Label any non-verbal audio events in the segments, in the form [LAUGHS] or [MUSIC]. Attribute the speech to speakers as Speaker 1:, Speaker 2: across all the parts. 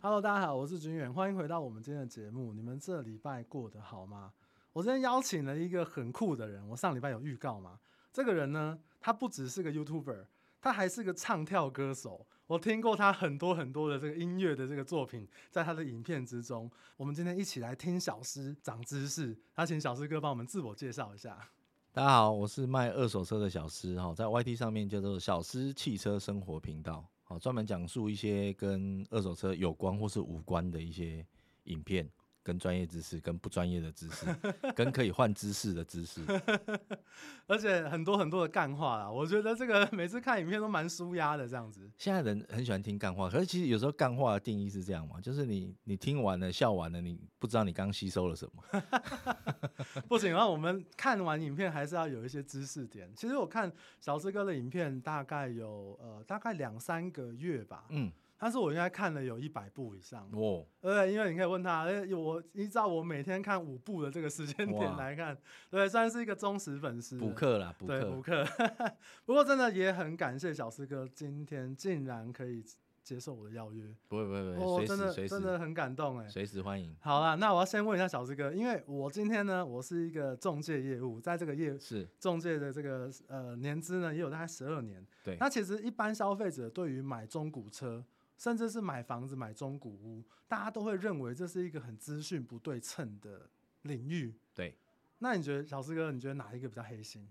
Speaker 1: Hello，大家好，我是君远，欢迎回到我们今天的节目。你们这礼拜过得好吗？我今天邀请了一个很酷的人，我上礼拜有预告嘛。这个人呢，他不只是个 YouTuber，他还是个唱跳歌手。我听过他很多很多的这个音乐的这个作品，在他的影片之中。我们今天一起来听小诗长知识。他请小诗哥帮我们自我介绍一下。
Speaker 2: 大家好，我是卖二手车的小诗哈，在 YT 上面叫做小诗汽车生活频道，好，专门讲述一些跟二手车有关或是无关的一些影片，跟专业知识、跟不专业的知识，跟可以换知识的知识。
Speaker 1: 而且很多很多的干话啦，我觉得这个每次看影片都蛮舒压的这样子。
Speaker 2: 现在人很喜欢听干话，可是其实有时候干话的定义是这样嘛，就是你你听完了、笑完了，你不知道你刚吸收了什么。
Speaker 1: 不行，那我们看完影片还是要有一些知识点。其实我看小志哥的影片大概有呃大概两三个月吧，
Speaker 2: 嗯，
Speaker 1: 但是我应该看了有一百部以上。
Speaker 2: 哦，
Speaker 1: 对，因为你可以问他，哎，我依照我每天看五部的这个时间点
Speaker 2: 哇
Speaker 1: 来看，对，算是一个忠实粉丝了。
Speaker 2: 补课啦，补
Speaker 1: 对，补
Speaker 2: 课，
Speaker 1: 课。 [LAUGHS] 不过真的也很感谢小四哥今天竟然可以接受我的邀约，
Speaker 2: 不会不会不
Speaker 1: 哦，
Speaker 2: 会，随
Speaker 1: 真
Speaker 2: 时
Speaker 1: 的
Speaker 2: 随
Speaker 1: 真的
Speaker 2: 时
Speaker 1: 很感动哎。
Speaker 2: 随时欢迎，
Speaker 1: 好啦，那我要先问一下小志哥，因为我今天呢，我是一个中介业务，在这个业
Speaker 2: 是
Speaker 1: 中介的这个呃年资呢，也有大概十二年。
Speaker 2: 对
Speaker 1: 那其实一般消费者对于买中古车，甚至是买房子、买中古屋，大家都会认为这是一个很资讯不对称的领域。
Speaker 2: 对。
Speaker 1: 那你觉得小志哥，你觉得哪一个比较黑心？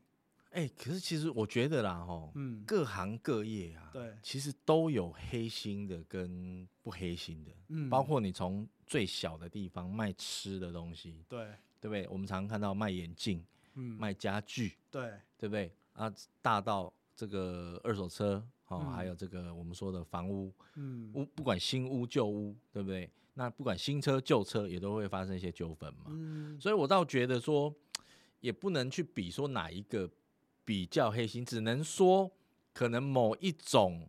Speaker 2: 哎、可是其实我觉得啦，吼，
Speaker 1: 嗯，
Speaker 2: 各行各业啊，
Speaker 1: 对
Speaker 2: 其实都有黑心的跟不黑心的，
Speaker 1: 嗯
Speaker 2: 包括你从最小的地方卖吃的东西，
Speaker 1: 对，
Speaker 2: 对不对？我们常常看到卖眼镜、
Speaker 1: 嗯，
Speaker 2: 卖家具，
Speaker 1: 对，
Speaker 2: 对不对？啊，大到这个二手车，哦，
Speaker 1: 嗯
Speaker 2: 还有这个我们说的房屋，
Speaker 1: 嗯
Speaker 2: 屋不管新屋旧屋，对不对？那不管新车旧车，也都会发生一些纠纷嘛。
Speaker 1: 嗯，
Speaker 2: 所以我倒觉得说，也不能去比说哪一个比较黑心，只能说可能某一种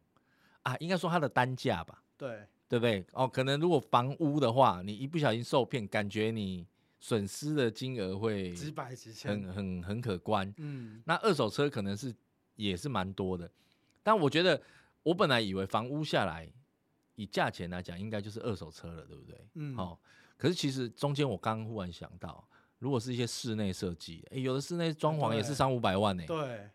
Speaker 2: 啊，应该说它的单价吧，
Speaker 1: 对，
Speaker 2: 对不对？哦，可能如果房屋的话，你一不小心受骗，感觉你损失的金额会
Speaker 1: 几百几千，
Speaker 2: 很很很可观。
Speaker 1: 嗯，
Speaker 2: 那二手车可能是也是蛮多的，但我觉得我本来以为房屋下来以价钱来讲，应该就是二手车了，对不对？
Speaker 1: 嗯
Speaker 2: 好、哦可是其实中间我刚刚忽然想到，如果是一些室内设计，诶有的室内装潢也是
Speaker 1: 对
Speaker 2: 三五百万呢、
Speaker 1: 对，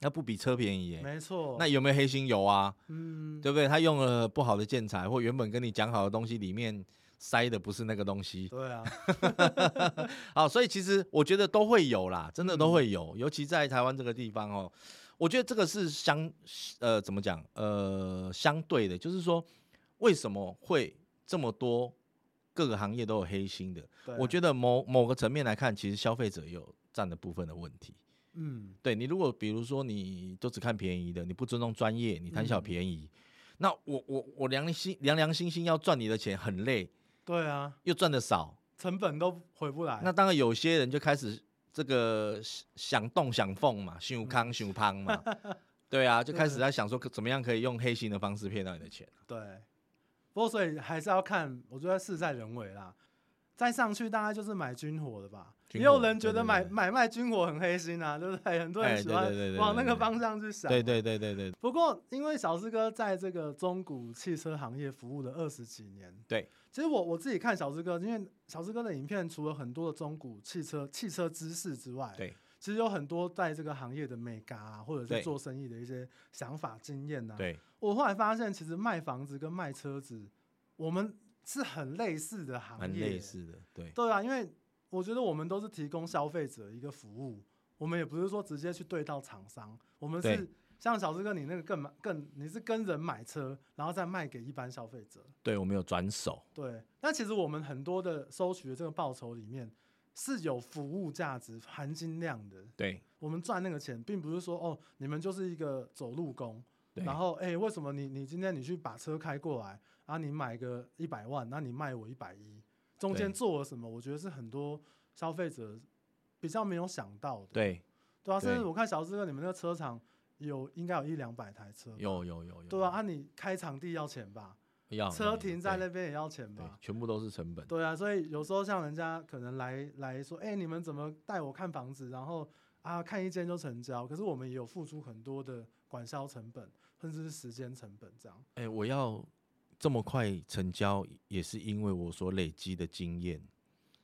Speaker 2: 那不比车便宜耶、
Speaker 1: 没错。
Speaker 2: 那有没有黑心有啊？
Speaker 1: 嗯，
Speaker 2: 对不对？他用了不好的建材，或原本跟你讲好的东西里面塞的不是那个东西，
Speaker 1: 对
Speaker 2: [LAUGHS]
Speaker 1: 啊，
Speaker 2: 好，所以其实我觉得都会有啦，真的都
Speaker 1: 嗯
Speaker 2: 会有，尤其在台湾这个地方哦，我觉得这个是相呃怎么讲呃相对的，就是说为什么会这么多各个行业都有黑心的？
Speaker 1: 对啊
Speaker 2: 我觉得某某个层面来看，其实消费者也有占的部分的问题。
Speaker 1: 嗯，
Speaker 2: 对你，如果比如说你都只看便宜的，你不尊重专业，你贪小
Speaker 1: 嗯
Speaker 2: 便宜，那我我我良心良良心心要赚你的钱很累，
Speaker 1: 对啊，
Speaker 2: 又赚的少，
Speaker 1: 成本都回不来。
Speaker 2: 那当然，有些人就开始这个想想动想凤嘛，想康
Speaker 1: 嗯
Speaker 2: 想胖嘛，
Speaker 1: [LAUGHS]
Speaker 2: 对啊，就开始在想说可怎么样可以用黑心的方式骗到你的钱。
Speaker 1: 对，不过所以还是要看，我觉得事在人为啦。再上去大概就是买军火的吧，
Speaker 2: 军
Speaker 1: 也有
Speaker 2: 火
Speaker 1: 人觉
Speaker 2: 对
Speaker 1: 得
Speaker 2: 对
Speaker 1: 买
Speaker 2: 对
Speaker 1: 买卖军火很黑心啊，对不对？很多人
Speaker 2: 哎
Speaker 1: 喜
Speaker 2: 对
Speaker 1: 欢
Speaker 2: 对对对
Speaker 1: 往那
Speaker 2: 对
Speaker 1: 个
Speaker 2: 对
Speaker 1: 方向去想。
Speaker 2: 对。对对对对
Speaker 1: 不过，因为小四哥在这个中古汽车行业服务了二十几年，
Speaker 2: 对，
Speaker 1: 其实我我自己看小四哥，因为小四哥的影片除了很多的中古汽车汽车知识之外，
Speaker 2: 对，
Speaker 1: 其实有很多在这个行业的美嘎啊，或者是
Speaker 2: 对
Speaker 1: 做生意的一些想法经验呐、
Speaker 2: 对，
Speaker 1: 我后来发现，其实卖房子跟卖车子，我们是很类似的行业，欸
Speaker 2: 蛮类。似的，对
Speaker 1: 对啊，因为我觉得我们都是提供消费者一个服务，我们也不是说直接去对到厂商，我们是
Speaker 2: 对
Speaker 1: 像小志哥你那个更买更，你是跟人买车，然后再卖给一般消费者。
Speaker 2: 对，我们有转手，
Speaker 1: 对，那其实我们很多的收取的这个报酬里面是有服务价值含金量的，
Speaker 2: 对
Speaker 1: 我们赚那个钱，并不是说哦，你们就是一个走路工，
Speaker 2: 对
Speaker 1: 然后哎、诶为什么你你今天你去把车开过来啊？你买个一百万，那你卖我一百一，中间
Speaker 2: 对
Speaker 1: 做了什么？我觉得是很多消费者比较没有想到的。
Speaker 2: 对，
Speaker 1: 对啊，
Speaker 2: 对
Speaker 1: 甚至我看小志哥你们那个车厂有应该有一两百台车，
Speaker 2: 有有有有，
Speaker 1: 对啊，啊你开场地要钱吧，
Speaker 2: 要
Speaker 1: 车停在，
Speaker 2: 要
Speaker 1: 那边也要钱
Speaker 2: 对对
Speaker 1: 吧，，
Speaker 2: 全部都是成本，
Speaker 1: 对啊，所以有时候像人家可能来来说，哎、你们怎么带我看房子，然后啊看一间就成交，可是我们也有付出很多的管销成本，甚至是时间成本这样。
Speaker 2: 哎，我要这么快成交，也是因为我所累积的经验，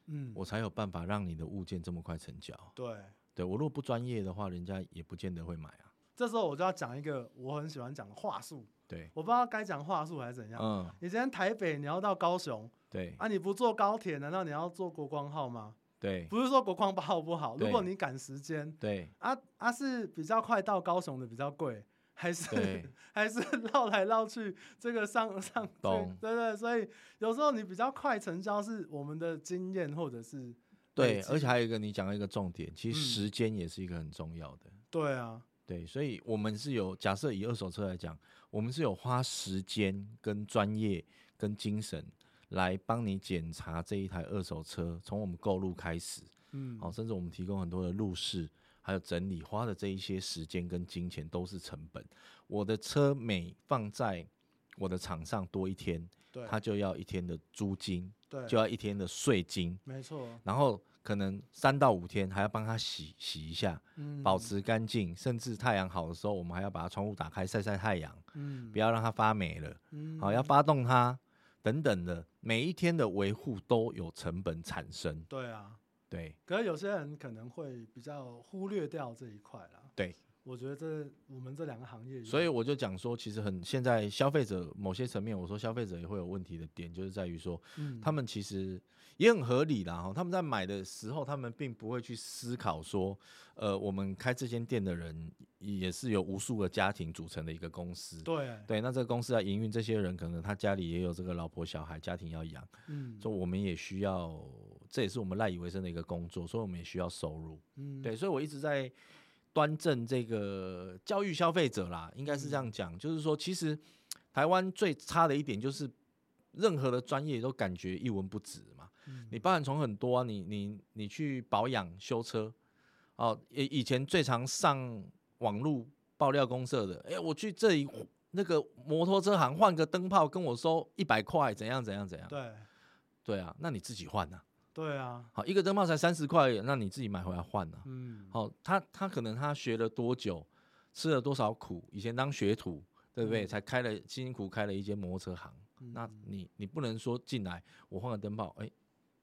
Speaker 1: 嗯，
Speaker 2: 我才有办法让你的物件这么快成交。
Speaker 1: 对。
Speaker 2: 对我如果不专业的话，人家也不见得会买啊。
Speaker 1: 这时候我就要讲一个我很喜欢讲的话术，
Speaker 2: 对，
Speaker 1: 我不知道该讲话术还是怎样。
Speaker 2: 嗯，
Speaker 1: 你今天台北你要到高雄
Speaker 2: 对
Speaker 1: 啊，你不坐高铁，难道你要坐国光号吗？
Speaker 2: 对
Speaker 1: 不是说国光号不好，如
Speaker 2: 对
Speaker 1: 果你赶时间，
Speaker 2: 对
Speaker 1: 啊啊是比较快到高雄的比较贵，还
Speaker 2: 对
Speaker 1: 是 [LAUGHS] 还是绕来绕去这个上上去
Speaker 2: 懂
Speaker 1: 对对，所以有时候你比较快成交是我们的经验或者是累
Speaker 2: 对，
Speaker 1: 积
Speaker 2: 而且还有一个你讲到一个重点，其实
Speaker 1: 嗯
Speaker 2: 时间也是一个很重要的。
Speaker 1: 对啊，
Speaker 2: 对，所以我们是有假设以二手车来讲，我们是有花时间、跟专业、跟精神来帮你检查这一台二手车，从我们购入开始，哦
Speaker 1: 嗯，
Speaker 2: 好、甚至我们提供很多的路试，还有整理花的这一些时间跟金钱都是成本。我的车每放在我的场上多一天，
Speaker 1: 对，
Speaker 2: 它就要一天的租金，就
Speaker 1: 对，
Speaker 2: 要一天的税金，
Speaker 1: 没错，
Speaker 2: 然后可能三到五天还要帮它洗洗一下，
Speaker 1: 嗯，
Speaker 2: 保持干净，甚至太阳好的时候，我们还要把它窗户打开晒晒太阳，
Speaker 1: 嗯，
Speaker 2: 不要让它发霉了。
Speaker 1: 嗯
Speaker 2: 好，要发动它等等的，每一天的维护都有成本产生。
Speaker 1: 对啊，
Speaker 2: 对
Speaker 1: 可是有些人可能会比较忽略掉这一块啦。
Speaker 2: 对，
Speaker 1: 我觉得这我们这两个行业有，
Speaker 2: 所以我就讲说，其实很现在消费者某些层面，我说消费者也会有问题的点，就是在于说
Speaker 1: 嗯
Speaker 2: 他们其实也很合理啦。哈，他们在买的时候，他们并不会去思考说，呃，我们开这间店的人也是由无数个家庭组成的一个公司。
Speaker 1: 对，
Speaker 2: 对，那这个公司要营运这些人，可能他家里也有这个老婆小孩，家庭要养，
Speaker 1: 嗯
Speaker 2: 所以我们也需要，这也是我们赖以为生的一个工作，所以我们也需要收入。
Speaker 1: 嗯，
Speaker 2: 对，所以我一直在端正这个教育消费者啦，应该是这
Speaker 1: 嗯
Speaker 2: 样讲，就是说，其实台湾最差的一点就是任何的专业都感觉一文不值嘛。
Speaker 1: 嗯，
Speaker 2: 你包含从很多啊，你你你去保养修车，哦，以以前最常上网络爆料公社的，哎、我去这里那个摩托车行换个灯泡，跟我收一百块，怎样怎样怎样？
Speaker 1: 对
Speaker 2: 对啊，那你自己换呐、
Speaker 1: 对啊，
Speaker 2: 好，一个灯泡才三十块而已，那你自己买回来换呐、
Speaker 1: 嗯，
Speaker 2: 好、他他可能他学了多久，吃了多少苦，以前当学徒，对不对？
Speaker 1: 嗯
Speaker 2: 才开了辛辛苦苦开了一间摩托车行。那
Speaker 1: 嗯
Speaker 2: 你你不能说进来我换个灯泡，哎、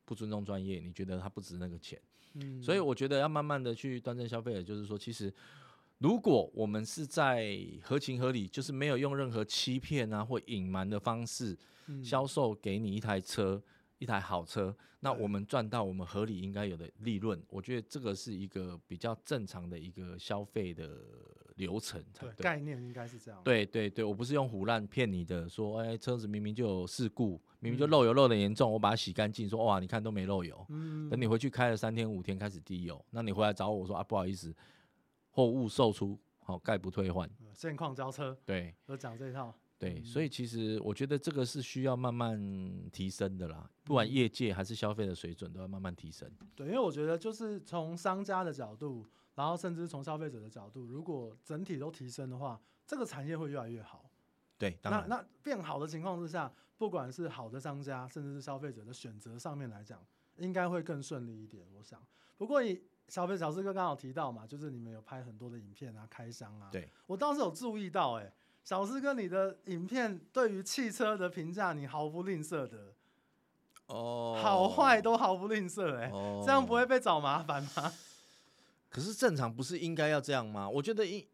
Speaker 2: 不尊重专业，你觉得它不值那个钱？
Speaker 1: 嗯，
Speaker 2: 所以我觉得要慢慢的去端正消费者，就是说，其实如果我们是在合情合理，就是没有用任何欺骗啊或隐瞒的方式
Speaker 1: 嗯
Speaker 2: 销售给你一台车。一台好车，那
Speaker 1: 对
Speaker 2: 我们赚到我们合理应该有的利润，我觉得这个是一个比较正常的一个消费的流程才
Speaker 1: 对
Speaker 2: 对。
Speaker 1: 概念应该是这样，
Speaker 2: 对对对，我不是用胡乱骗你的，说哎车子明明就有事故，明明就
Speaker 1: 嗯
Speaker 2: 漏油漏的严重，我把它洗干净，说哇你看都没漏油，
Speaker 1: 嗯，
Speaker 2: 等你回去开了三天五天开始滴油，那你回来找我说啊不好意思，货物售出，好、概不退换，
Speaker 1: 呃现况交车
Speaker 2: 对
Speaker 1: 都讲这一套，
Speaker 2: 对，所
Speaker 1: 嗯
Speaker 2: 以其实我觉得这个是需要慢慢提升的啦，不管
Speaker 1: 嗯
Speaker 2: 业界还是消费的水准都要慢慢提升，
Speaker 1: 对，因为我觉得就是从商家的角度，然后甚至从消费者的角度，如果整体都提升的话，这个产业会越来越好。
Speaker 2: 对，当
Speaker 1: 那
Speaker 2: 然
Speaker 1: 那变好的情况之下，不管是好的商家，甚至是消费者的选择上面来讲，应该会更顺利一点。我想，不过以小费小师哥刚好提到嘛，就是你们有拍很多的影片啊，开箱啊，
Speaker 2: 对，
Speaker 1: 我倒是有注意到、哎，小师哥你的影片对于汽车的评价，你毫不吝啬的，
Speaker 2: 哦
Speaker 1: 好坏都毫不吝啬、哎、
Speaker 2: 哦
Speaker 1: 这样不会被找麻烦吗？ [LAUGHS]
Speaker 2: 可是正常不是应该要这样吗？我觉得应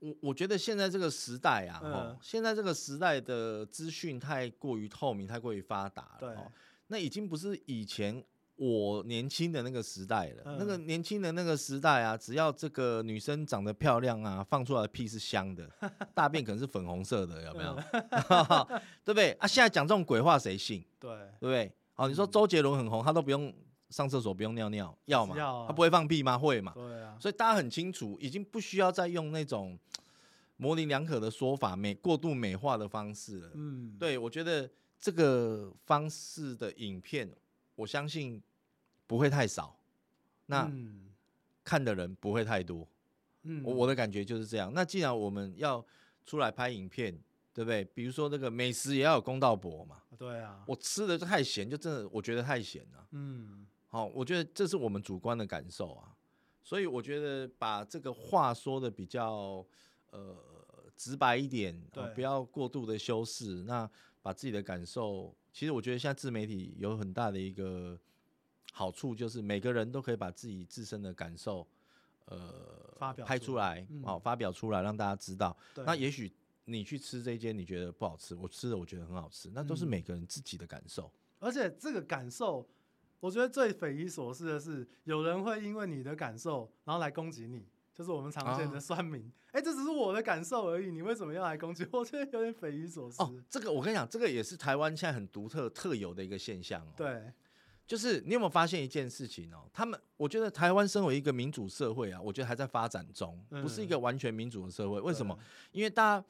Speaker 2: 我我觉得现在这个时代啊，
Speaker 1: 嗯
Speaker 2: 哦，现在这个时代的资讯太过于透明，太过于发达了，
Speaker 1: 对
Speaker 2: 哦，那已经不是以前我年轻的那个时代了。
Speaker 1: 嗯
Speaker 2: 那个年轻的那个时代啊，只要这个女生长得漂亮啊，放出来的屁是
Speaker 1: [LAUGHS]
Speaker 2: 香的，大便可能是粉红色的，有没有？
Speaker 1: 嗯
Speaker 2: [LAUGHS] 对不对？啊，现在讲这种鬼话谁信？
Speaker 1: 对
Speaker 2: 对不对？哦，你说
Speaker 1: 嗯
Speaker 2: 周杰伦很红，他都不用上厕所，不用尿尿，要嘛？
Speaker 1: 要啊
Speaker 2: 他不会放屁吗？会嘛？
Speaker 1: 对啊，
Speaker 2: 所以大家很清楚，已经不需要再用那种模棱两可的说法、美过度美化的方式了。
Speaker 1: 嗯，
Speaker 2: 对我觉得这个方式的影片，我相信不会太少，那
Speaker 1: 嗯
Speaker 2: 看的人不会太多。
Speaker 1: 嗯
Speaker 2: 我我的感觉就是这样。那既然我们要出来拍影片，对不对？比如说那个美食也要有公道博嘛。
Speaker 1: 对啊，
Speaker 2: 我吃的太咸，就真的我觉得太咸了、
Speaker 1: 嗯
Speaker 2: 好、我觉得这是我们主观的感受啊，所以我觉得把这个话说的比较呃直白一点、哦
Speaker 1: 对
Speaker 2: 不要过度的修饰。那把自己的感受，其实我觉得现在自媒体有很大的一个好处，就是每个人都可以把自己自身的感受，呃，
Speaker 1: 发表
Speaker 2: 拍
Speaker 1: 出
Speaker 2: 出来，
Speaker 1: 嗯
Speaker 2: 好、发表出来让大家知道。
Speaker 1: 对
Speaker 2: 那也许你去吃这一间，你觉得不好吃，我吃的我觉得很好吃，那都是
Speaker 1: 嗯
Speaker 2: 每个人自己的感受。
Speaker 1: 而且这个感受，我觉得最匪夷所思的是，有人会因为你的感受，然后来攻击你，就是我们常见的
Speaker 2: 啊
Speaker 1: 酸民。哎、这只是我的感受而已，你为什么要来攻击？我 [LAUGHS] 觉得有点匪夷所思。
Speaker 2: 哦，这个我跟你讲，这个也是台湾现在很独特特有的一个现象哦。
Speaker 1: 对，
Speaker 2: 就是你有没有发现一件事情哦？他们，我觉得台湾身为一个民主社会啊，我觉得还在发展中，不是一
Speaker 1: 嗯
Speaker 2: 个完全民主的社会。为什么？因为大家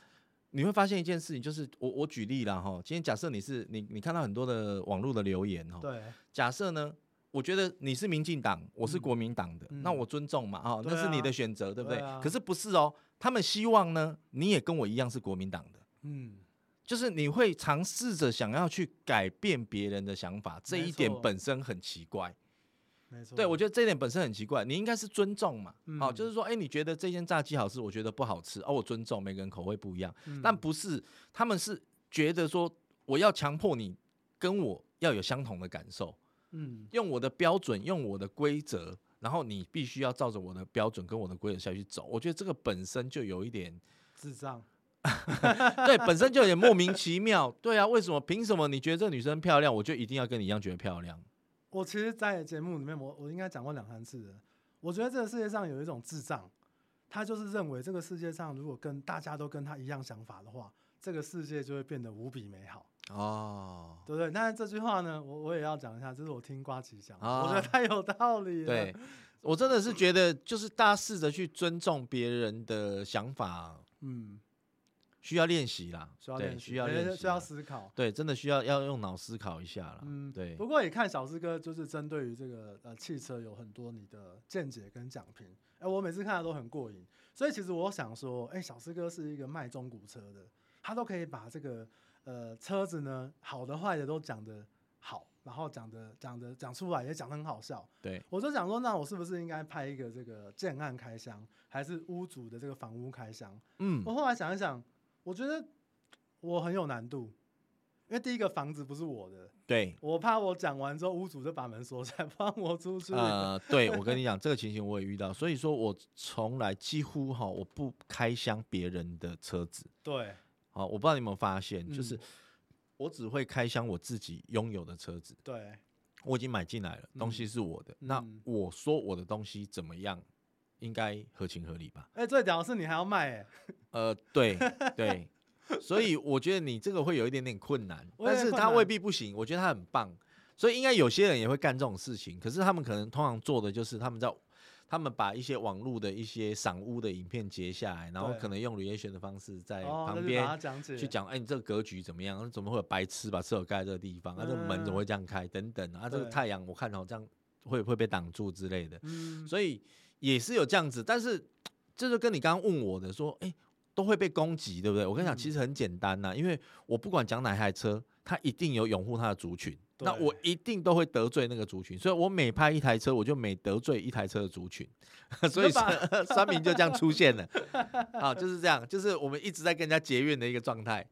Speaker 2: 你会发现一件事情，就是我我举例啦哈，今天假设你是你你看到很多的网络的留言哈，
Speaker 1: 对？
Speaker 2: 假设呢，我觉得你是民进党，我是
Speaker 1: 嗯
Speaker 2: 国民党的，
Speaker 1: 嗯
Speaker 2: 那我尊重嘛啊、哦，
Speaker 1: 对
Speaker 2: 那是你
Speaker 1: 啊
Speaker 2: 的选择，对不对？
Speaker 1: 对啊
Speaker 2: 可是不是哦，他们希望呢，你也跟我一样是国民党的。
Speaker 1: 嗯，
Speaker 2: 就是你会尝试着想要去改变别人的想法，这
Speaker 1: 没
Speaker 2: 一点
Speaker 1: 错
Speaker 2: 本身很奇怪。
Speaker 1: 没错。
Speaker 2: 对，我觉得这一点本身很奇怪。你应该是尊重嘛，好、
Speaker 1: 嗯
Speaker 2: 就是说，哎、你觉得这间炸鸡好吃，我觉得不好吃，哦，我尊重，每个人口味不一样。
Speaker 1: 嗯
Speaker 2: 但不是，他们是觉得说，我要强迫你跟我要有相同的感受，
Speaker 1: 嗯，
Speaker 2: 用我的标准，用我的规则，然后你必须要照着我的标准跟我的规则下去走。我觉得这个本身就有一点
Speaker 1: 智障。
Speaker 2: 对，本身就有点莫名其妙。对啊，为什么？凭什么你觉得这女生漂亮，我就一定要跟你一样觉得漂亮？
Speaker 1: 我其实，在节目里面，我我应该讲过两三次了。我觉得这个世界上有一种智障，他就是认为这个世界上如果跟大家都跟他一样想法的话，这个世界就会变得无比美好。
Speaker 2: 哦，
Speaker 1: 对不对？但是这句话呢，我我也要讲一下，这是我听瓜吉讲的，
Speaker 2: 啊
Speaker 1: 我觉得太有道理了。
Speaker 2: 对， [LAUGHS] 我真的是觉得，就是大家试着去尊重别人的想法，
Speaker 1: 嗯，
Speaker 2: 需要练习啦，
Speaker 1: 需要
Speaker 2: 对
Speaker 1: 练习，
Speaker 2: 需要
Speaker 1: 也
Speaker 2: 练
Speaker 1: 是
Speaker 2: 习，啊
Speaker 1: 需要思考。
Speaker 2: 对，真的需要要用脑思考一下啦。
Speaker 1: 嗯，
Speaker 2: 对
Speaker 1: 不，过也看小师哥，就是针对于这个呃汽车有很多你的见解跟讲评。哎，我每次看的都很过瘾，所以其实我想说，哎，小师哥是一个卖中古车的，他都可以把这个呃车子呢好的坏的都讲的好，然后讲的讲的讲出来也讲得很好笑。
Speaker 2: 对，
Speaker 1: 我就想说，那我是不是应该拍一个这个建案开箱，还是屋主的这个房屋开箱？
Speaker 2: 嗯，
Speaker 1: 我后来想一想，我觉得我很有难度，因为第一个房子不是我的，
Speaker 2: 对，
Speaker 1: 我怕我讲完之后屋主就把门锁起来， [LAUGHS] 不让我出去。
Speaker 2: 呃，对我跟你讲，这个情形我也遇到，所以说我从来几乎哈，我不开箱别人的车子。
Speaker 1: 对，
Speaker 2: 好，我不知道你有没有发现，就是
Speaker 1: 嗯
Speaker 2: 我只会开箱我自己拥有的车子，
Speaker 1: 对，
Speaker 2: 我已经买进来了，东西
Speaker 1: 嗯
Speaker 2: 是我的。那
Speaker 1: 嗯
Speaker 2: 我说我的东西怎么样，应该合情合理吧？
Speaker 1: 哎、最屌的是你还要卖、哎，
Speaker 2: 呃，对对，所以我觉得你这个会有一点点困难，
Speaker 1: 我有
Speaker 2: [LAUGHS] 但
Speaker 1: 点
Speaker 2: 是
Speaker 1: 困
Speaker 2: 他未
Speaker 1: 难
Speaker 2: 必不行，我觉得他很棒。所以应该有些人也会干这种事情，可是他们可能通常做的就是他们在。他们把一些网络的一些赏屋的影片截下来，然后
Speaker 1: 对
Speaker 2: 可能用 relation 的方式在
Speaker 1: 哦，那
Speaker 2: 哎旁
Speaker 1: 就把
Speaker 2: 边
Speaker 1: 它讲解
Speaker 2: 去。讲，哎、你这个格局怎么样？怎么会有白痴把厕所盖在这个地方？啊，这个门怎么会这样开？等等啊，这个
Speaker 1: 嗯对
Speaker 2: 太阳我看好、这样会会被挡住之类的，
Speaker 1: 嗯，
Speaker 2: 所以也是有这样子，但是这就跟你刚刚问我的说，哎、都会被攻击，对不对？我跟你讲，
Speaker 1: 嗯
Speaker 2: 其实很简单呐、因为我不管讲哪台车，它一定有拥护它的族群，那
Speaker 1: 对
Speaker 2: 我一定都会得罪那个族群，所以我每拍一台车，我就每得罪一台车的族群， [LAUGHS] [LAUGHS] 所以
Speaker 1: 就把 [LAUGHS]
Speaker 2: 酸酸民就这样出现了，啊，就是这样，就是我们一直在跟人家结怨的一个状态。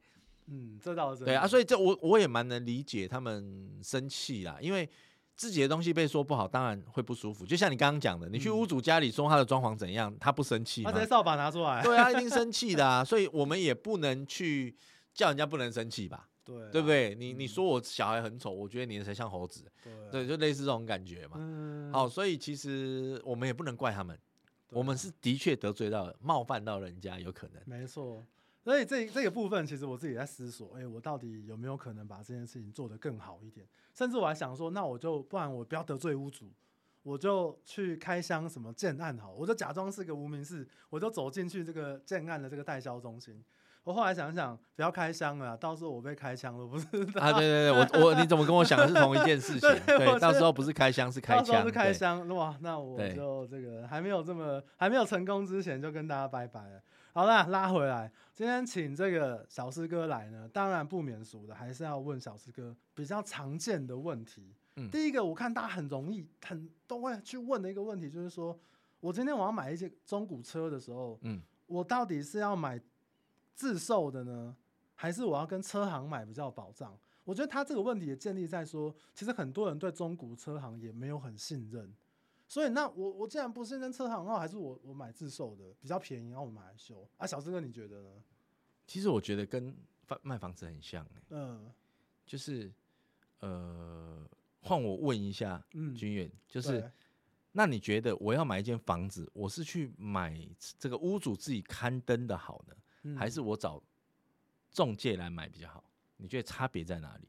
Speaker 1: 嗯，这倒是真
Speaker 2: 对啊，
Speaker 1: 的
Speaker 2: 所以这我我也蛮能理解他们生气啦，因为自己的东西被说不好，当然会不舒服。就像你刚刚讲的，你去屋主家里说他的装潢怎样，他不生气
Speaker 1: 嗯他
Speaker 2: 吗
Speaker 1: 直？接扫把拿出来，
Speaker 2: 对啊，一定生气的啊。所以我们也不能去叫人家不能生气吧，
Speaker 1: 对
Speaker 2: 对
Speaker 1: 对
Speaker 2: 不？对？你你
Speaker 1: 嗯
Speaker 2: 说我小孩很丑，我觉得你才像猴子，
Speaker 1: 对
Speaker 2: 对，就类似这种感觉嘛。
Speaker 1: 嗯，
Speaker 2: 好，所以其实我们也不能怪他们，
Speaker 1: 对啊
Speaker 2: 我们是的确得罪到了、冒犯到人家，有可能。
Speaker 1: 没错，所以这这个部分，其实我自己也在思索，哎、我到底有没有可能把这件事情做得更好一点？甚至我还想说，那我就不然我不要得罪屋主，我就去开箱什么建案好，我就假装是个无名氏，我就走进去这个建案的这个代销中心。我后来想想，不要开箱了啊，到时候我被开枪了，我不是
Speaker 2: 啊，对对对，我我你怎么跟我想的是同一件事情？
Speaker 1: [LAUGHS] 对我
Speaker 2: 对，
Speaker 1: 是
Speaker 2: 到时候不是开箱是开
Speaker 1: 到时候
Speaker 2: 枪，
Speaker 1: 是开
Speaker 2: 对
Speaker 1: 箱哇，那我
Speaker 2: 对
Speaker 1: 就这个还没有这么还没有成功之前就跟大家拜拜了。好啦，拉回来，今天请这个小师哥来呢，当然不免俗的，还是要问小师哥比较常见的问题。
Speaker 2: 嗯
Speaker 1: 第一个我看大家很容易很都会去问的一个问题，就是说我今天我要买一些中古车的时候，
Speaker 2: 嗯，
Speaker 1: 我到底是要买自售的呢，还是我要跟车行买比较有保障？我觉得他这个问题也建立在说，其实很多人对中古车行也没有很信任，所以那我我既然不信任车行，那我还是我我买自售的比较便宜，然后我买来修。啊，小志哥你觉得呢？
Speaker 2: 其实我觉得跟房卖房子很像、欸，
Speaker 1: 嗯
Speaker 2: 就是呃，换我问一下
Speaker 1: 嗯，
Speaker 2: 君远，就是
Speaker 1: 对
Speaker 2: 那你觉得我要买一间房子，我是去买这个屋主自己刊登的好呢，
Speaker 1: 嗯
Speaker 2: 还是我找中介来买比较好？你觉得差别在哪里？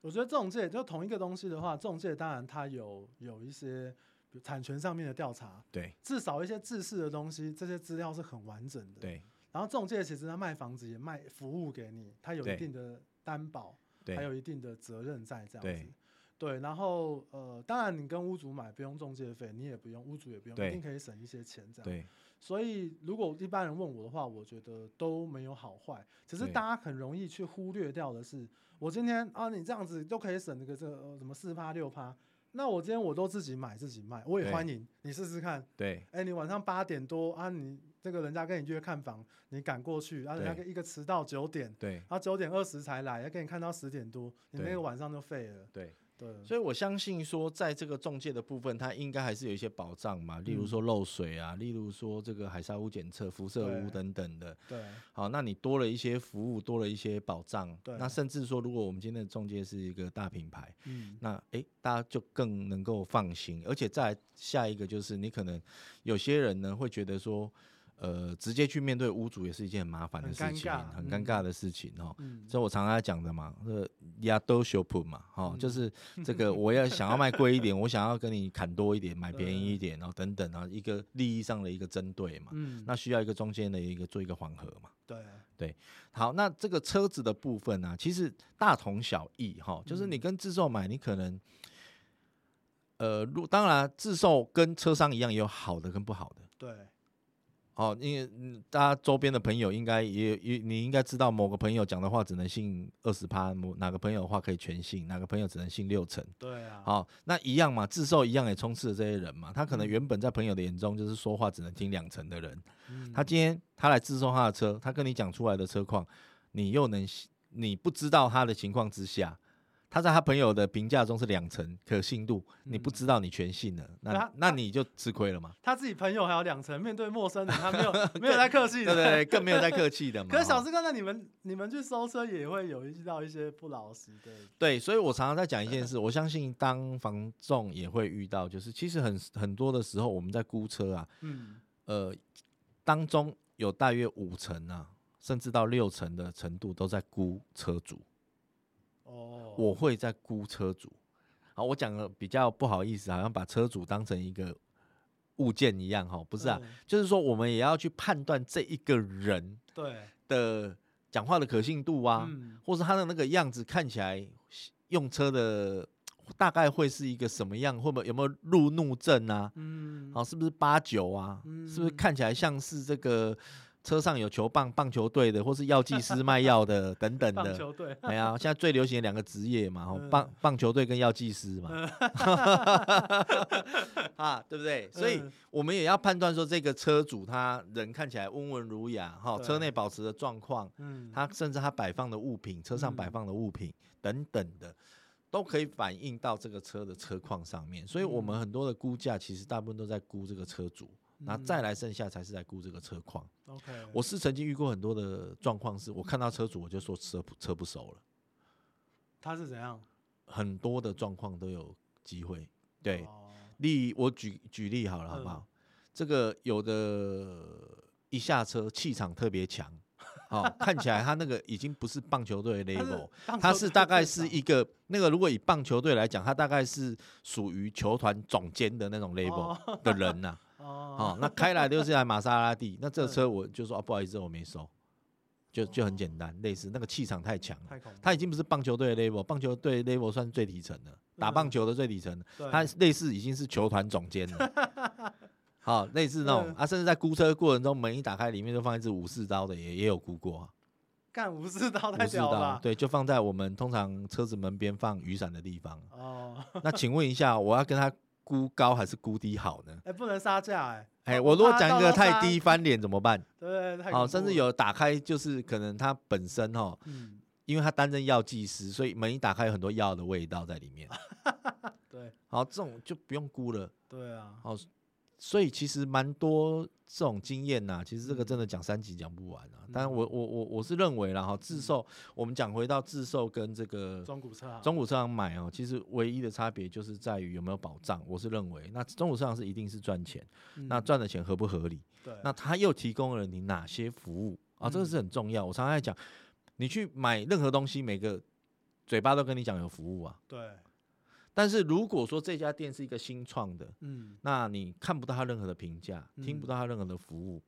Speaker 1: 我觉得中介就同一个东西的话，中介当然它有有一些比如产权上面的调查，
Speaker 2: 对
Speaker 1: 至少一些制式的东西，这些资料是很完整的。。
Speaker 2: 对
Speaker 1: 然后中介其实他卖房子也卖服务给你，他有一
Speaker 2: 对
Speaker 1: 定的担保，还
Speaker 2: 对
Speaker 1: 有一定的责任在这样
Speaker 2: 对
Speaker 1: 子。对，然后呃，当然你跟屋主买不用中介费，你也不用，屋主也不用，
Speaker 2: 对
Speaker 1: 一定可以省一些钱这样。
Speaker 2: 对
Speaker 1: 所以如果一般人问我的话，我觉得都没有好坏，只是
Speaker 2: 对
Speaker 1: 大家很容易去忽略掉的是，我今天啊，你这样子都可以省这个这个呃什么四趴六趴，那我今天我都自己买自己卖，我也
Speaker 2: 对
Speaker 1: 欢迎你试试看。
Speaker 2: 对
Speaker 1: 哎、你晚上八点多啊，你这个人家跟你约看房，你赶过去，啊，人家
Speaker 2: 对
Speaker 1: 一个迟到九点，
Speaker 2: 对
Speaker 1: 然后九点二十才来，要给你看到十点多，你那
Speaker 2: 对
Speaker 1: 个晚上就废了。
Speaker 2: 对，
Speaker 1: 对，
Speaker 2: 所以我相信说，在这个中介的部分，它应该还是有一些保障嘛，例如
Speaker 1: 嗯
Speaker 2: 说漏水啊，例如说这个海砂屋检测、辐射
Speaker 1: 对
Speaker 2: 屋等等的。
Speaker 1: 对，
Speaker 2: 好，那你多了一些服务，多了一些保障。
Speaker 1: 对
Speaker 2: 那甚至说，如果我们今天的中介是一个大品牌，
Speaker 1: 嗯，
Speaker 2: 那诶，大家就更能够放心。而且再来下一个就是，你可能有些人呢会觉得说，呃，直接去面对屋主也是一件很麻烦的
Speaker 1: 很
Speaker 2: 事
Speaker 1: 尴
Speaker 2: 情，
Speaker 1: 尬
Speaker 2: 很
Speaker 1: 嗯
Speaker 2: 尴尬的事情哦。
Speaker 1: 嗯，
Speaker 2: 这我常常讲的嘛，呃，亚都修普嘛，哦，
Speaker 1: 嗯 [LAUGHS]
Speaker 2: 就是这个我要想要卖贵一点，我想要跟你砍多一点，买便宜一
Speaker 1: [LAUGHS]
Speaker 2: 点，然后等等啊，一个利益上的一个针对嘛，
Speaker 1: 嗯，
Speaker 2: 那需要一个中间的一个做一个缓和嘛。
Speaker 1: 对，
Speaker 2: 好，那这个车子的部分呢、其实大同小异哈，就是
Speaker 1: 嗯
Speaker 2: 你跟自售买，你可能，呃，如当然自售跟车商一样，也有好的跟不好的。
Speaker 1: 对，
Speaker 2: 哦，因为嗯大家周边的朋友应该也也，你应该知道某个朋友讲的话只能信二十趴，某哪个朋友的话可以全信，哪个朋友只能信六成。
Speaker 1: 对啊，
Speaker 2: 好、那一样嘛，自售一样也充斥着这些人嘛。他可能
Speaker 1: 嗯
Speaker 2: 原本在朋友的眼中就是说话只能听两成的人，
Speaker 1: 嗯，
Speaker 2: 他今天他来自售他的车，他跟你讲出来的车况，你又能你不知道他的情况之下，他在他朋友的评价中是两成可信度，你不
Speaker 1: 嗯
Speaker 2: 知道你全信了，
Speaker 1: 对
Speaker 2: 那
Speaker 1: 啊
Speaker 2: 那
Speaker 1: 他
Speaker 2: 你就吃亏了嘛。
Speaker 1: 他自己朋友还有两层，面对陌生人，他没有没有在客气
Speaker 2: [LAUGHS]
Speaker 1: 的。
Speaker 2: 对
Speaker 1: [LAUGHS]
Speaker 2: 对对，更没有在客气的嘛。
Speaker 1: 可是
Speaker 2: 哈
Speaker 1: 小志哥，那你们你们去收车也会有遇到一些不老实的，
Speaker 2: 对，所以我常常在讲一件事，我相信当房仲也会遇到，就是其实很很多的时候，我们在估车啊，
Speaker 1: 嗯，
Speaker 2: 呃，当中有大约五成啊，甚至到六成的程度都在估车主，
Speaker 1: 哦，
Speaker 2: 我会在估车主。好，我讲的比较不好意思，好像把车主当成一个物件一样哈，不
Speaker 1: 不
Speaker 2: 是啊，就是说我们也要去判断这一个人
Speaker 1: 对，
Speaker 2: 的讲话的可信度啊，
Speaker 1: 嗯，
Speaker 2: 或是他的那个样子看起来用车的大概会是一个什么样，会不会有没有路怒症啊？
Speaker 1: 嗯，
Speaker 2: 好、，是不是八九啊？是不是
Speaker 1: 嗯
Speaker 2: 看起来像是这个车上有球棒棒球队的，或是药剂师卖药的等等
Speaker 1: 棒
Speaker 2: 的？
Speaker 1: 球队，
Speaker 2: 哎呀，现在最流行的两个职业嘛，哦
Speaker 1: 嗯
Speaker 2: 棒棒球队跟药剂师
Speaker 1: [LAUGHS]
Speaker 2: 嘛，啊，对不对？所以
Speaker 1: 嗯
Speaker 2: 我们也要判断说，这个车主他人看起来温文儒雅，哈、
Speaker 1: 对
Speaker 2: 车内保持的状况，
Speaker 1: 嗯，
Speaker 2: 他甚至他摆放的物品、车上摆
Speaker 1: 嗯
Speaker 2: 放的物品、等等的，都可以反映到这个车的车况上面。所以，我们很多的估价其实大部分都在估这个车主，那、
Speaker 1: 嗯
Speaker 2: 再来剩下才是在估这个车况。
Speaker 1: OK，
Speaker 2: 我是曾经遇过很多的状况，是我看到车主我就说车不车不熟了，
Speaker 1: 他是怎样？
Speaker 2: 很多的状况都有机会。对，
Speaker 1: 哦嗯
Speaker 2: 例我举举例好了，好不好？这个有的一下车气场特别强，好、看起来他那个已经不是棒球
Speaker 1: [LAUGHS]
Speaker 2: 队的 level，
Speaker 1: 棒
Speaker 2: 他
Speaker 1: 球
Speaker 2: 是
Speaker 1: 队
Speaker 2: 大概
Speaker 1: 队
Speaker 2: 是
Speaker 1: 长
Speaker 2: 一个那个，如果以棒球队来讲，他大概是属于球团总监的那种 level
Speaker 1: [LAUGHS] 哦
Speaker 2: 的人呐、哦
Speaker 1: 哦，
Speaker 2: 那开来就是台玛莎拉蒂，那这个车我就说啊，不好意思，我没收，就就很简单，类似那个气场太强了。
Speaker 1: 太恐怖，
Speaker 2: 他已经不是棒球队的 level，棒球队 level 算最底层的，打棒
Speaker 1: 嗯
Speaker 2: 球的最底层的，
Speaker 1: 对
Speaker 2: 他类似已经是球团总监了。
Speaker 1: [LAUGHS]
Speaker 2: 好，类似那
Speaker 1: 嗯
Speaker 2: 种啊，甚至在估车过程中，门一打开，里面就放一支武士刀的，也也有估过、啊。
Speaker 1: 干武士刀太
Speaker 2: 不是
Speaker 1: 屌了
Speaker 2: 的，
Speaker 1: 吧，
Speaker 2: 对，就放在我们通常车子门边放雨伞的地方。
Speaker 1: 哦，
Speaker 2: 那请问一下，我要跟他估高还是估低好呢？
Speaker 1: 哎，不能杀价哎，
Speaker 2: 哎，我如果讲一个太低
Speaker 1: 8到8，
Speaker 2: 翻脸怎么办？
Speaker 1: 对不对？太恐
Speaker 2: 好，
Speaker 1: 怖
Speaker 2: 哦甚至
Speaker 1: 了，
Speaker 2: 有打开就是可能他本身哦，
Speaker 1: 嗯，
Speaker 2: 因为他担任药剂师，所以门一打开有很多药的味道在里面。
Speaker 1: 对
Speaker 2: 好，这种就不用估了。
Speaker 1: 对啊，
Speaker 2: 好，所以其实蛮多这种经验呐、其实这个真的讲三集讲不完啊。
Speaker 1: 嗯
Speaker 2: 当然我，我我我是认为啦，哈，自售、我们讲回到自售跟这个
Speaker 1: 中古车行，
Speaker 2: 呃
Speaker 1: 啊
Speaker 2: 中古市场买哦，其实唯一的差别就是在于有没有保障。我是认为，那中古市场是一定是赚钱，
Speaker 1: 嗯
Speaker 2: 那赚的钱合不合理？
Speaker 1: 对
Speaker 2: 那它又提供了你哪些服务啊？这个是很重要。我常常在讲，你去买任何东西，每个嘴巴都跟你讲有服务啊。
Speaker 1: 对，
Speaker 2: 但是如果说这家店是一个新创的，
Speaker 1: 嗯，
Speaker 2: 那你看不到他任何的评价，听不
Speaker 1: 嗯
Speaker 2: 到他任何的服务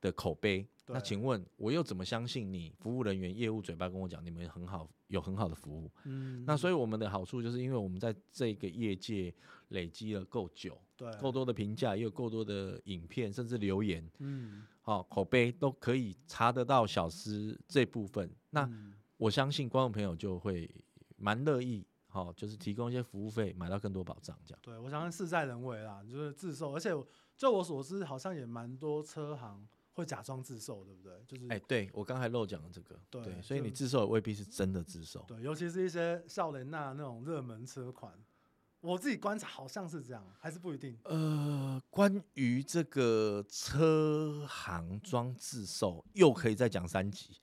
Speaker 2: 的口碑，那
Speaker 1: 对
Speaker 2: 请问我又怎么相信你服务人员业务嘴巴跟我讲你们很好，有很好的服务？
Speaker 1: 嗯，
Speaker 2: 那所以我们的好处就是因为我们在这个业界累积了够久，
Speaker 1: 嗯对，
Speaker 2: 够多的评价，也有够多的影片，甚至留言，
Speaker 1: 嗯，
Speaker 2: 好、口碑都可以查得到小师这部分。那
Speaker 1: 嗯
Speaker 2: 我相信观众朋友就会蛮乐意，好、就是提供一些服务费，买到更多保障这样。
Speaker 1: 对我相信事在人为啦，就是自售，而且我就我所知，好像也蛮多车行会假装自售，对不对？就是
Speaker 2: 哎、对我刚才漏讲了这个，
Speaker 1: 对
Speaker 2: 所以
Speaker 1: 就
Speaker 2: 你自售也未必是真的自售。
Speaker 1: 对，尤其是一些笑莲娜那种热门车款，我自己观察好像是这样，还是不一定。
Speaker 2: 呃，关于这个车行装自售，又可以再讲三
Speaker 1: [LAUGHS]
Speaker 2: 集。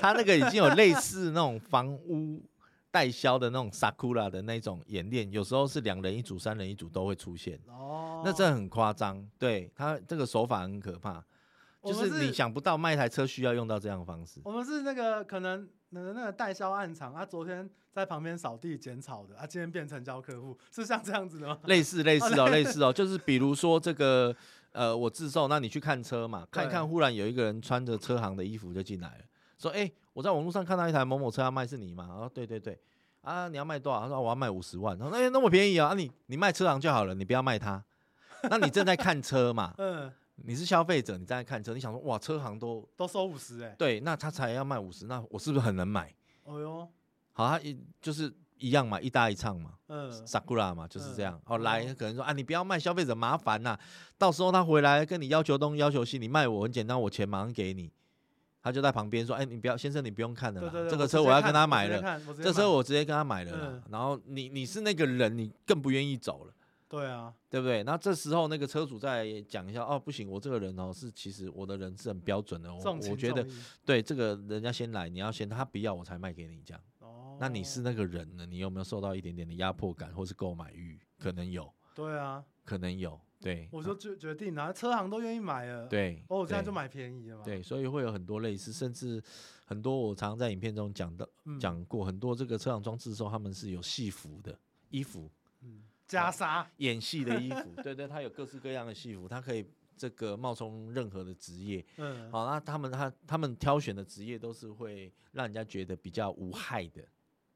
Speaker 2: 他那个已经有类似那种房屋代销的那种 sakura 的那种演练，有时候是两人一组、三人一组都会出现，
Speaker 1: 哦，
Speaker 2: 那真的很夸张。对他这个手法很可怕，
Speaker 1: 我
Speaker 2: 就
Speaker 1: 们
Speaker 2: 是你
Speaker 1: 是
Speaker 2: 想不到卖一台车需要用到这样的方式。
Speaker 1: 我们是那个可能那个那个代销暗场，啊，昨天在旁边扫地捡草的，啊，今天变成交客户，是像这样子的吗？ [LAUGHS]
Speaker 2: 类似类似哦，类似哦，就是比如说这个，呃，我自售，那你去看车嘛，看一看，
Speaker 1: 对
Speaker 2: 忽然有一个人穿着车行的衣服就进来了，说，哎、我在网络上看到一台某某车要卖，是你吗？哦，对对对，啊，你要卖多少？他说我要卖五十万，他说，哎、那么便宜啊，啊你你卖车行就好了，你不要卖它。 [LAUGHS] 那你正在看车嘛？
Speaker 1: 嗯，
Speaker 2: 你是消费者，你正在看车，你想说哇，车行都
Speaker 1: 都收五十哎，
Speaker 2: 对，那他才要卖五十，那我是不是很能买？
Speaker 1: 哦哟，
Speaker 2: 好，他一就是一样嘛，一搭一唱嘛。
Speaker 1: 嗯，
Speaker 2: Sakura 嘛，就是这样。哦，
Speaker 1: 嗯
Speaker 2: 来，可能说啊，你不要卖消费者麻烦呐、到时候他回来跟你要求东要求西，你卖我很简单，我钱马上给你。他就在旁边说，哎、你不要，先生，你不用看了
Speaker 1: 对
Speaker 2: 啦，
Speaker 1: 对对，
Speaker 2: 这个
Speaker 1: 我
Speaker 2: 车
Speaker 1: 直接
Speaker 2: 我要
Speaker 1: 看
Speaker 2: 跟他买，
Speaker 1: 我直接
Speaker 2: 了，
Speaker 1: 看我直接
Speaker 2: 这车
Speaker 1: 买
Speaker 2: 我直接跟他买了啦。
Speaker 1: 嗯
Speaker 2: 然后你你是那个人，你更不愿意走了。
Speaker 1: 对啊，
Speaker 2: 对不对？那这时候那个车主再讲一下，哦，不行，我这个人哦是其实我的人是很标准的，我
Speaker 1: 重情
Speaker 2: 我觉得
Speaker 1: 重义
Speaker 2: 对这个人家先来，你要先他不要我才卖给你这样。
Speaker 1: 哦，
Speaker 2: 那你是那个人呢？你有没有受到一点点的压迫感或是购买欲？可能有，
Speaker 1: 对啊，
Speaker 2: 可能有。对，
Speaker 1: 我
Speaker 2: 啊
Speaker 1: 就决决定啊，车行都愿意买了，，
Speaker 2: 对，
Speaker 1: 哦，我这样
Speaker 2: 对
Speaker 1: 就。买便宜了嘛，
Speaker 2: 对，所以会有很多类似，甚至很多我常在影片中讲到
Speaker 1: 嗯，
Speaker 2: 讲过，很多这个车厂装置售他们是有戏服的衣服，
Speaker 1: 嗯，加沙，
Speaker 2: 演戏的衣
Speaker 1: [LAUGHS]
Speaker 2: 服，对对，它有各式各样的戏服，它可以这个冒充任何的职业。
Speaker 1: 嗯，
Speaker 2: 好，那他们他他们挑选的职业都是会让人家觉得比较无害的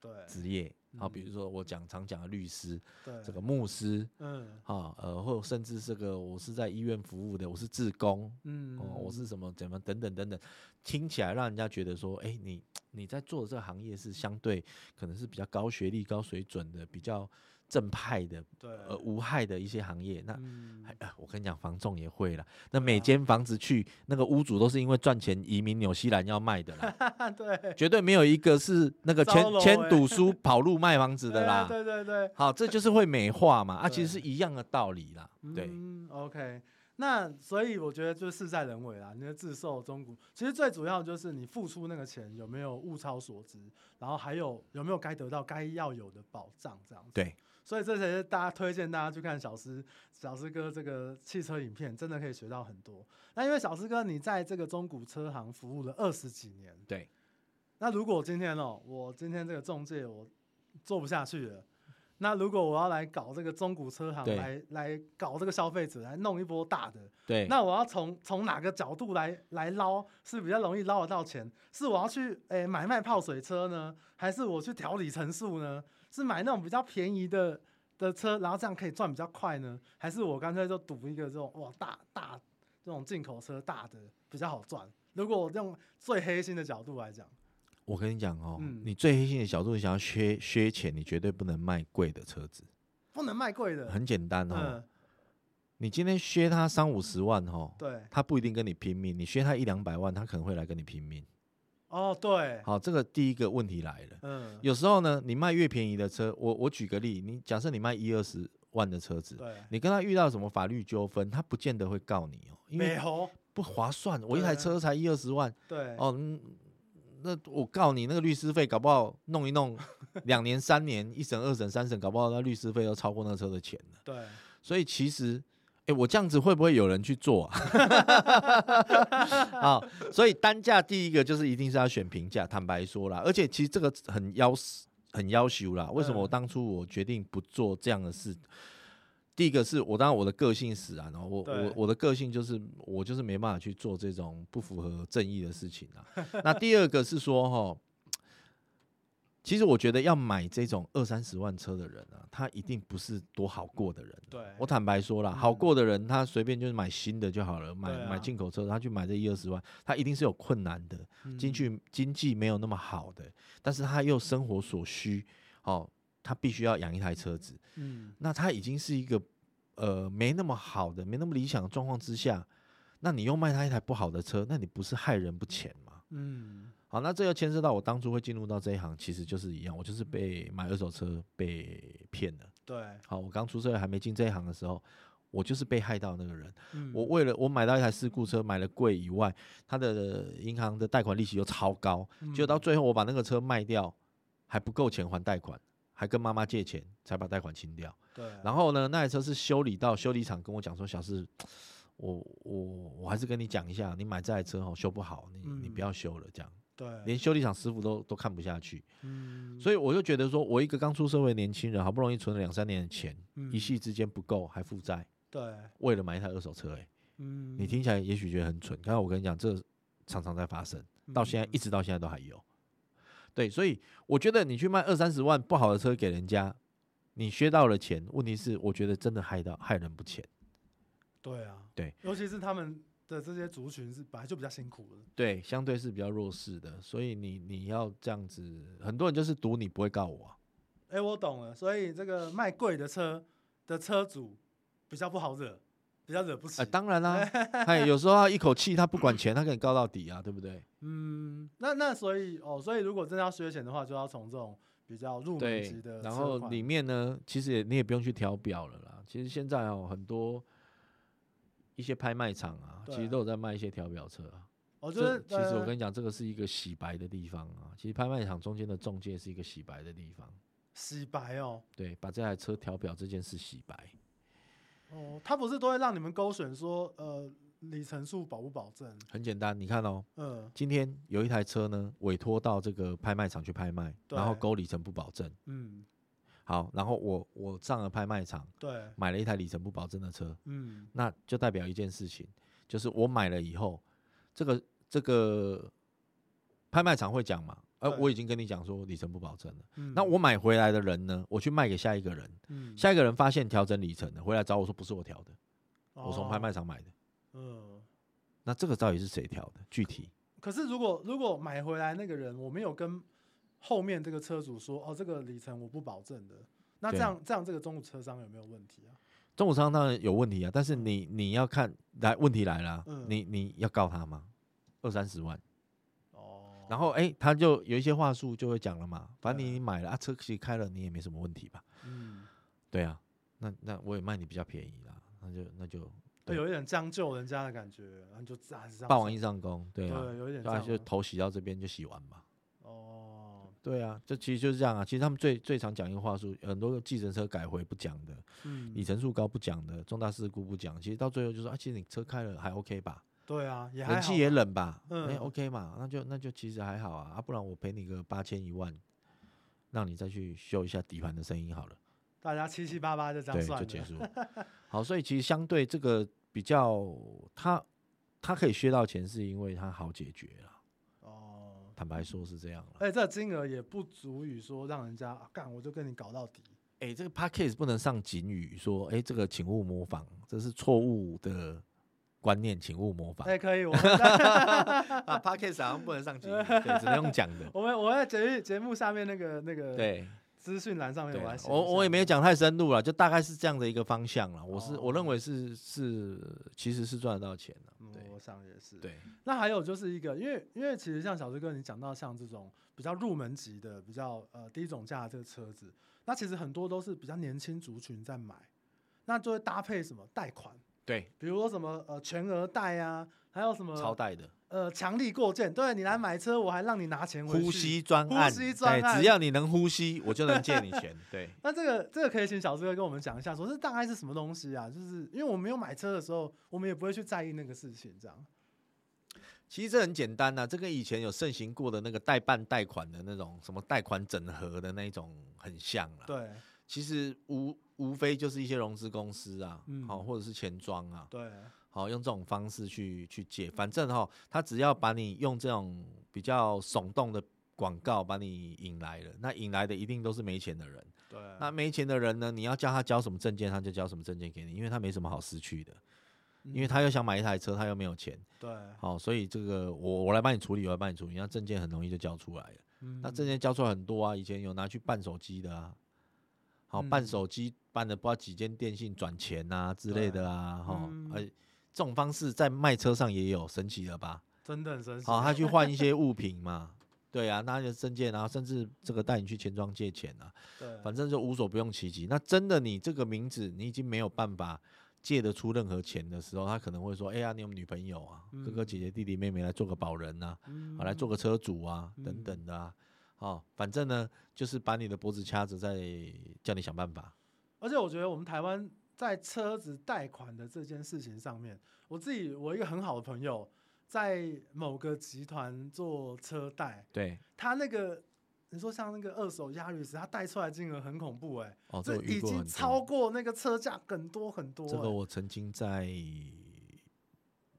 Speaker 1: 对
Speaker 2: 职业。好，比
Speaker 1: 嗯
Speaker 2: 如说我讲常讲的律师，
Speaker 1: 对，
Speaker 2: 这个牧师，
Speaker 1: 嗯
Speaker 2: 啊，呃，或甚至这个我是在医院服务的，我是志工，
Speaker 1: 嗯，
Speaker 2: 哦，我是什么怎么等等等等，听起来让人家觉得说，哎、你你在做的这个行业是相对可能是比较高学历、高水准的、比较正派的、
Speaker 1: 对，
Speaker 2: 呃无害的一些行业。那、
Speaker 1: 嗯
Speaker 2: 哎呃我跟你讲，房仲也会啦。那每
Speaker 1: 啊
Speaker 2: 间房子去那个屋主都是因为赚钱移民纽西兰要卖的啦，
Speaker 1: 啊对，
Speaker 2: 绝对没有一个是那个签
Speaker 1: [LAUGHS] 糟了
Speaker 2: 签
Speaker 1: 欸
Speaker 2: 赌书跑路卖房
Speaker 1: [LAUGHS]
Speaker 2: 子
Speaker 1: 对
Speaker 2: 的
Speaker 1: 啊
Speaker 2: 啦。
Speaker 1: 对对对，
Speaker 2: 好，这就是会美化嘛，啊，其实是
Speaker 1: 对
Speaker 2: 一样的道理啦，对，
Speaker 1: 嗯，OK。那所以我觉得就是事在人为啦，你的自售中古，其实最主要就是你付出那个钱有没有物超所值，然后还有有没有该得到该要有的保障这样子。
Speaker 2: 对，
Speaker 1: 所以这才是大家推荐大家去看小师小师哥这个汽车影片，真的可以学到很多。那因为小师哥你在这个中古车行服务了二十几年，
Speaker 2: 对，
Speaker 1: 那如果今天哦，我今天这个中介我做不下去了，那如果我要来搞这个中古车行，
Speaker 2: 对
Speaker 1: 来来搞这个消费者，来弄一波大的，
Speaker 2: 对，
Speaker 1: 那我要从从哪个角度来来捞是比较容易捞得到钱？是我要去诶、买卖泡水车呢，还是我去调里程数呢？是买那种比较便宜的的车，然后这样可以赚比较快呢？还是我干脆就赌一个这种哇大大这种进口车大的比较好赚？如果我用最黑心的角度来讲。
Speaker 2: 我跟你讲哦，
Speaker 1: 嗯
Speaker 2: 你最黑心的角度，你想要削削钱，你绝对不能卖贵的车子，
Speaker 1: 不能卖贵的。
Speaker 2: 很简单哦。
Speaker 1: 嗯，
Speaker 2: 你今天削他三五十万哦，
Speaker 1: 对，
Speaker 2: 他不一定跟你拼命，你削他一两百万，他可能会来跟你拼命。
Speaker 1: 哦对，
Speaker 2: 好，这个第一个问题来了。
Speaker 1: 嗯，
Speaker 2: 有时候呢，你卖越便宜的车，我我举个例，你假设你卖一二十万的车子，
Speaker 1: 对，
Speaker 2: 你跟他遇到什么法律纠纷，他不见得会告你哦，因
Speaker 1: 美
Speaker 2: 为
Speaker 1: 猴，
Speaker 2: 不划算。我一台
Speaker 1: 对
Speaker 2: 车才一二十万，
Speaker 1: 对，
Speaker 2: 哦，嗯那我告你那个律师费，搞不好弄一弄，两年、三年，一审、二审、三审，搞不好那律师费都超过那车的钱了。
Speaker 1: 对，
Speaker 2: 所以其实，哎，我这样子会不会有人去做啊？ [LAUGHS] 啊、所以单价第一个就是一定是要选平价，坦白说啦，而且其实这个很要很要求啦。为什么我
Speaker 1: 嗯
Speaker 2: 当初我决定不做这样的事？第一个是我当然我的个性使然哦，我
Speaker 1: 对
Speaker 2: 我我的个性就是我就是没办法去做这种不符合正义的事情啊。那第二个是说哈，其实我觉得要买这种二三十万车的人啊，他一定不是多好过的人。
Speaker 1: 对，
Speaker 2: 我坦白说啦，好过的人他随便就是买新的就好了，买、
Speaker 1: 嗯对啊
Speaker 2: 买进口车，他去买这一二十万，他一定是有困难的，
Speaker 1: 嗯
Speaker 2: 经济经济没有那么好的，但是他又生活所需，哦，他必须要养一台车子，
Speaker 1: 嗯，
Speaker 2: 那他已经是一个呃没那么好的、没那么理想的状况之下，那你又卖他一台不好的车，那你不是害人不浅吗？
Speaker 1: 嗯，
Speaker 2: 好，那这又牵涉到我当初会进入到这一行，其实就是一样，我就是被买二手车被骗了。
Speaker 1: 对，
Speaker 2: 好，我刚出社会还没进这一行的时候，我就是被害到的那个人。
Speaker 1: 嗯
Speaker 2: 我为了我买到一台事故车，买了贵以外，它的银行的贷款利息又超高，
Speaker 1: 嗯
Speaker 2: 结果到最后我把那个车卖掉，还不够钱还贷款，还跟妈妈借钱才把贷款清掉。
Speaker 1: 对，
Speaker 2: 然后呢，那台车是修理到修理厂跟我讲说，小四，我我我还是跟你讲一下，你买这台车哦修不好，你你
Speaker 1: 嗯
Speaker 2: 不要修了，这样
Speaker 1: 对，
Speaker 2: 连修理厂师傅都都看不下去。
Speaker 1: 嗯，
Speaker 2: 所以我就觉得说，我一个刚出社会的年轻人，好不容易存了两三年的钱，一
Speaker 1: 嗯
Speaker 2: 夕之间不够，还负债，
Speaker 1: 对，
Speaker 2: 为了买一台二手车、欸，
Speaker 1: 嗯，
Speaker 2: 你听起来也许觉得很蠢，但是我跟你讲，这常常在发生，到现在
Speaker 1: 嗯
Speaker 2: 一直到现在都还有。对，所以我觉得你去卖二三十万不好的车给人家，你削到了钱，问题是我觉得真的害到害人不浅。
Speaker 1: 对啊，
Speaker 2: 对，
Speaker 1: 尤其是他们的这些族群是本来就比较辛苦的，
Speaker 2: 对，相对是比较弱势的，所以你你要这样子，很多人就是赌你不会告我啊、
Speaker 1: 哎、我懂了，所以这个卖贵的车的车主比较不好惹，比较惹不起。
Speaker 2: 哎，当
Speaker 1: [LAUGHS]
Speaker 2: 然啦、哎，有时候他一口气他不管钱，他给你告到底啊，对不对？
Speaker 1: 嗯，那那所以哦，所以如果真的要削钱的话，就要从这种比较入门级的车款，
Speaker 2: 然后里面呢，其实也你也不用去调表了啦。其实现在哦，很多一些拍卖场啊，其
Speaker 1: 对
Speaker 2: 实都有在卖一些调表车啊。
Speaker 1: 我觉
Speaker 2: 这
Speaker 1: 得
Speaker 2: 其实我
Speaker 1: 呃
Speaker 2: 跟你讲，这个是一个洗白的地方啊。其实拍卖场中间的中介是一个洗白的地方，
Speaker 1: 洗白哦，
Speaker 2: 对，把这台车调表这件事洗白。
Speaker 1: 哦，他不是都会让你们勾选说呃里程数保不保证？
Speaker 2: 很简单，你看哦，
Speaker 1: 嗯
Speaker 2: 今天有一台车呢，委托到这个拍卖场去拍卖，然后
Speaker 1: 对
Speaker 2: 勾里程不保证。
Speaker 1: 嗯，
Speaker 2: 好，然后我我上了拍卖场，
Speaker 1: 对，
Speaker 2: 买了一台里程不保证的车，
Speaker 1: 嗯
Speaker 2: 那就代表一件事情，就是我买了以后，这个这个拍卖场会讲嘛，呃，
Speaker 1: 对
Speaker 2: 我已经跟你讲说里程不保证了。
Speaker 1: 嗯，
Speaker 2: 那我买回来的人呢，我去卖给下一个人，
Speaker 1: 嗯，
Speaker 2: 下一个人发现调整里程了，回来找我说不是我调的，我从拍
Speaker 1: 哦
Speaker 2: 卖场买的。
Speaker 1: 嗯。
Speaker 2: 那这个到底是谁调的？具体
Speaker 1: 可是如果如果买回来那个人，我没有跟后面这个车主说，哦，这个里程我不保证的，那这
Speaker 2: 对
Speaker 1: 样这样这个中古车商有没有问题啊？
Speaker 2: 中午商当然有问题啊，但是你你要看来问题来了，
Speaker 1: 嗯
Speaker 2: 你你要告他吗？二三十万。
Speaker 1: 哦，
Speaker 2: 然
Speaker 1: 后
Speaker 2: 后哎、他就有一些话术就会讲了嘛，反正
Speaker 1: 对
Speaker 2: 你买了啊，车其实开了你也没什么问题吧？
Speaker 1: 嗯，
Speaker 2: 对啊，那那我也卖你比较便宜啦，那就那就对
Speaker 1: 有一点将就人家的感觉，然后就自还是这样
Speaker 2: 霸王
Speaker 1: 算
Speaker 2: 硬上弓，对啊，
Speaker 1: 对，有一点这
Speaker 2: 对啊，
Speaker 1: 样
Speaker 2: 就
Speaker 1: 啊
Speaker 2: 头洗到这边就洗完嘛。
Speaker 1: 哦，
Speaker 2: 对啊，这其实就是这样啊。其实他们最最常讲一个话术，很多计程车改回不讲的，里
Speaker 1: 嗯，
Speaker 2: 程数高不讲的，重大事故不讲，其实到最后就说啊，其实你车开了还 OK 吧，
Speaker 1: 对啊，也还
Speaker 2: 冷
Speaker 1: 好
Speaker 2: 气也
Speaker 1: 吧
Speaker 2: 冷吧，哎、
Speaker 1: 嗯
Speaker 2: OK 嘛，那就那就其实还好啊，啊不然我赔你个八千一万，让你再去修一下底盘的声音好了。
Speaker 1: 大家七七八八就这样
Speaker 2: 对，
Speaker 1: 算
Speaker 2: 就
Speaker 1: 了，
Speaker 2: 结束 [LAUGHS] 了。好，所以其实相对这个比较，它它可以削到钱，是因为它好解决啦。
Speaker 1: 哦。
Speaker 2: 坦白说是这样了。
Speaker 1: 哎，这金额也不足以说让人家啊干，我就跟你搞到
Speaker 2: [LAUGHS]
Speaker 1: 底。
Speaker 2: 哎、这个 p a c k a g e 不能上警语说，哎、这个请勿模仿，这是错误的观念，请勿模仿。
Speaker 1: 哎，可以，我们在。
Speaker 2: 啊 [LAUGHS] p a c k a g e 好像不能上警语，对，只能用讲的
Speaker 1: 我们我在节目节目下面那个那个
Speaker 2: [LAUGHS] 对，
Speaker 1: 资讯栏上面
Speaker 2: 对
Speaker 1: 我
Speaker 2: 啊
Speaker 1: 还，写一
Speaker 2: 我我
Speaker 1: 下
Speaker 2: 也没有讲太深入了，就大概是这样的一个方向了。我是、
Speaker 1: 哦
Speaker 2: 我认为是是其实是赚得到钱的、
Speaker 1: 嗯
Speaker 2: 对
Speaker 1: 我想也是。
Speaker 2: 对，
Speaker 1: 那还有就是一个，因为因为其实像小志哥你讲到像这种比较入门级的、比较呃低总价的这个车子，那其实很多都是比较年轻族群在买，那就会搭配什么贷款，
Speaker 2: 对，
Speaker 1: 比如说什么呃全额贷啊，还有什么
Speaker 2: 超贷的
Speaker 1: 呃强力过件，对你来买车，我还让你拿钱回去
Speaker 2: 呼。吸专
Speaker 1: 呼
Speaker 2: 案，
Speaker 1: 吸专
Speaker 2: 哎
Speaker 1: 案
Speaker 2: 只要你能呼吸，我就能借你钱。 [LAUGHS] 对，
Speaker 1: 那这个这个可以请小志哥跟我们讲一下说这大概是什么东西啊？就是因为我们没有买车的时候，我们也不会去在意那个事情，这样。
Speaker 2: 其实这很简单呐、啊这跟以前有盛行过的那个代办贷款的那种什么贷款整合的那一种很像啦。，
Speaker 1: 对
Speaker 2: 其实无无非就是一些融资公司啊，好、
Speaker 1: 嗯
Speaker 2: 或者是钱庄啊，
Speaker 1: 对，
Speaker 2: 好、用这种方式去去借，反正哈、他只要把你用这种比较耸动的广告把你引来了，那引来的一定都是没钱的人。
Speaker 1: 对，
Speaker 2: 那没钱的人呢，你要叫他交什么证件，他就交什么证件给你，因为他没什么好失去的，因为
Speaker 1: 嗯
Speaker 2: 他又想买一台车，他又没有钱。
Speaker 1: 对，
Speaker 2: 好、所以这个我我来帮你处理，我来帮你处理，那证件很容易就交出来了。那
Speaker 1: 嗯
Speaker 2: 证件交出来很多啊，以前有拿去办手机的啊，好、办
Speaker 1: 嗯
Speaker 2: 手机办的不知道几间电信转钱啊之类
Speaker 1: 对
Speaker 2: 的啊，哈、
Speaker 1: 嗯
Speaker 2: 而这种方式在卖车上也有，神奇了吧？
Speaker 1: 真的很神奇。
Speaker 2: 好、他去换一些物品
Speaker 1: [LAUGHS]
Speaker 2: 嘛，对啊，拿你的证件啊，甚至这个带你去钱庄借钱啊，
Speaker 1: 对，
Speaker 2: 反正就无所不用其极。那真的你这个名字，你已经没有办法借得出任何钱的时候，他可能会说：“哎、呀，你有没有女朋友啊？哥哥、姐姐、弟弟、妹妹来做个保人啊，
Speaker 1: 嗯
Speaker 2: 啊来做个车主啊，等等的啊。哦，反正呢，就是把你的脖子掐着，再叫你想办法。
Speaker 1: 而且我觉得我们台湾在车子贷款的这件事情上面，我自己我一个很好的朋友在某个集团做车贷，
Speaker 2: 对，
Speaker 1: 他那个你说像那个二手亚瑞斯，他贷出来金额很恐怖哎、
Speaker 2: 哦，
Speaker 1: 这
Speaker 2: 我遇
Speaker 1: 已
Speaker 2: 过
Speaker 1: 经
Speaker 2: 很
Speaker 1: 超
Speaker 2: 多。
Speaker 1: 过那个车价很多很多、
Speaker 2: 这个
Speaker 1: 哎
Speaker 2: 我曾经在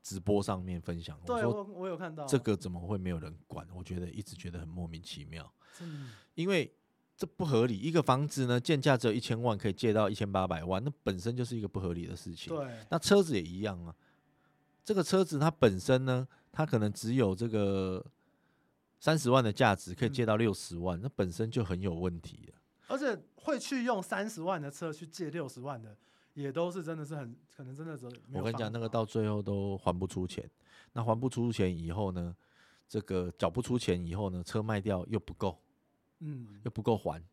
Speaker 2: 直播上面分享，我
Speaker 1: 对
Speaker 2: 说
Speaker 1: 我我有看到
Speaker 2: 这个怎么会没有人管？我觉得一直觉得很莫名其妙。
Speaker 1: 真的
Speaker 2: 因为这不合理。一个房子呢，建价只有一千万，可以借到一千八百万，那本身就是一个不合理的事情。
Speaker 1: 对
Speaker 2: 那车子也一样啊。这个车子它本身呢，它可能只有这个三十万的价值，
Speaker 1: 嗯
Speaker 2: 可以借到六十万，那本身就很有问题了。
Speaker 1: 而且会去用三十万的车去借六十万的，也都是真的是很可能真的是没有
Speaker 2: 我跟你讲，
Speaker 1: 办
Speaker 2: 那个
Speaker 1: 法
Speaker 2: 到最后都还不出钱。那还不出钱以后呢，这个缴不出钱以后呢，车卖掉又不够，
Speaker 1: 嗯
Speaker 2: 又不够还，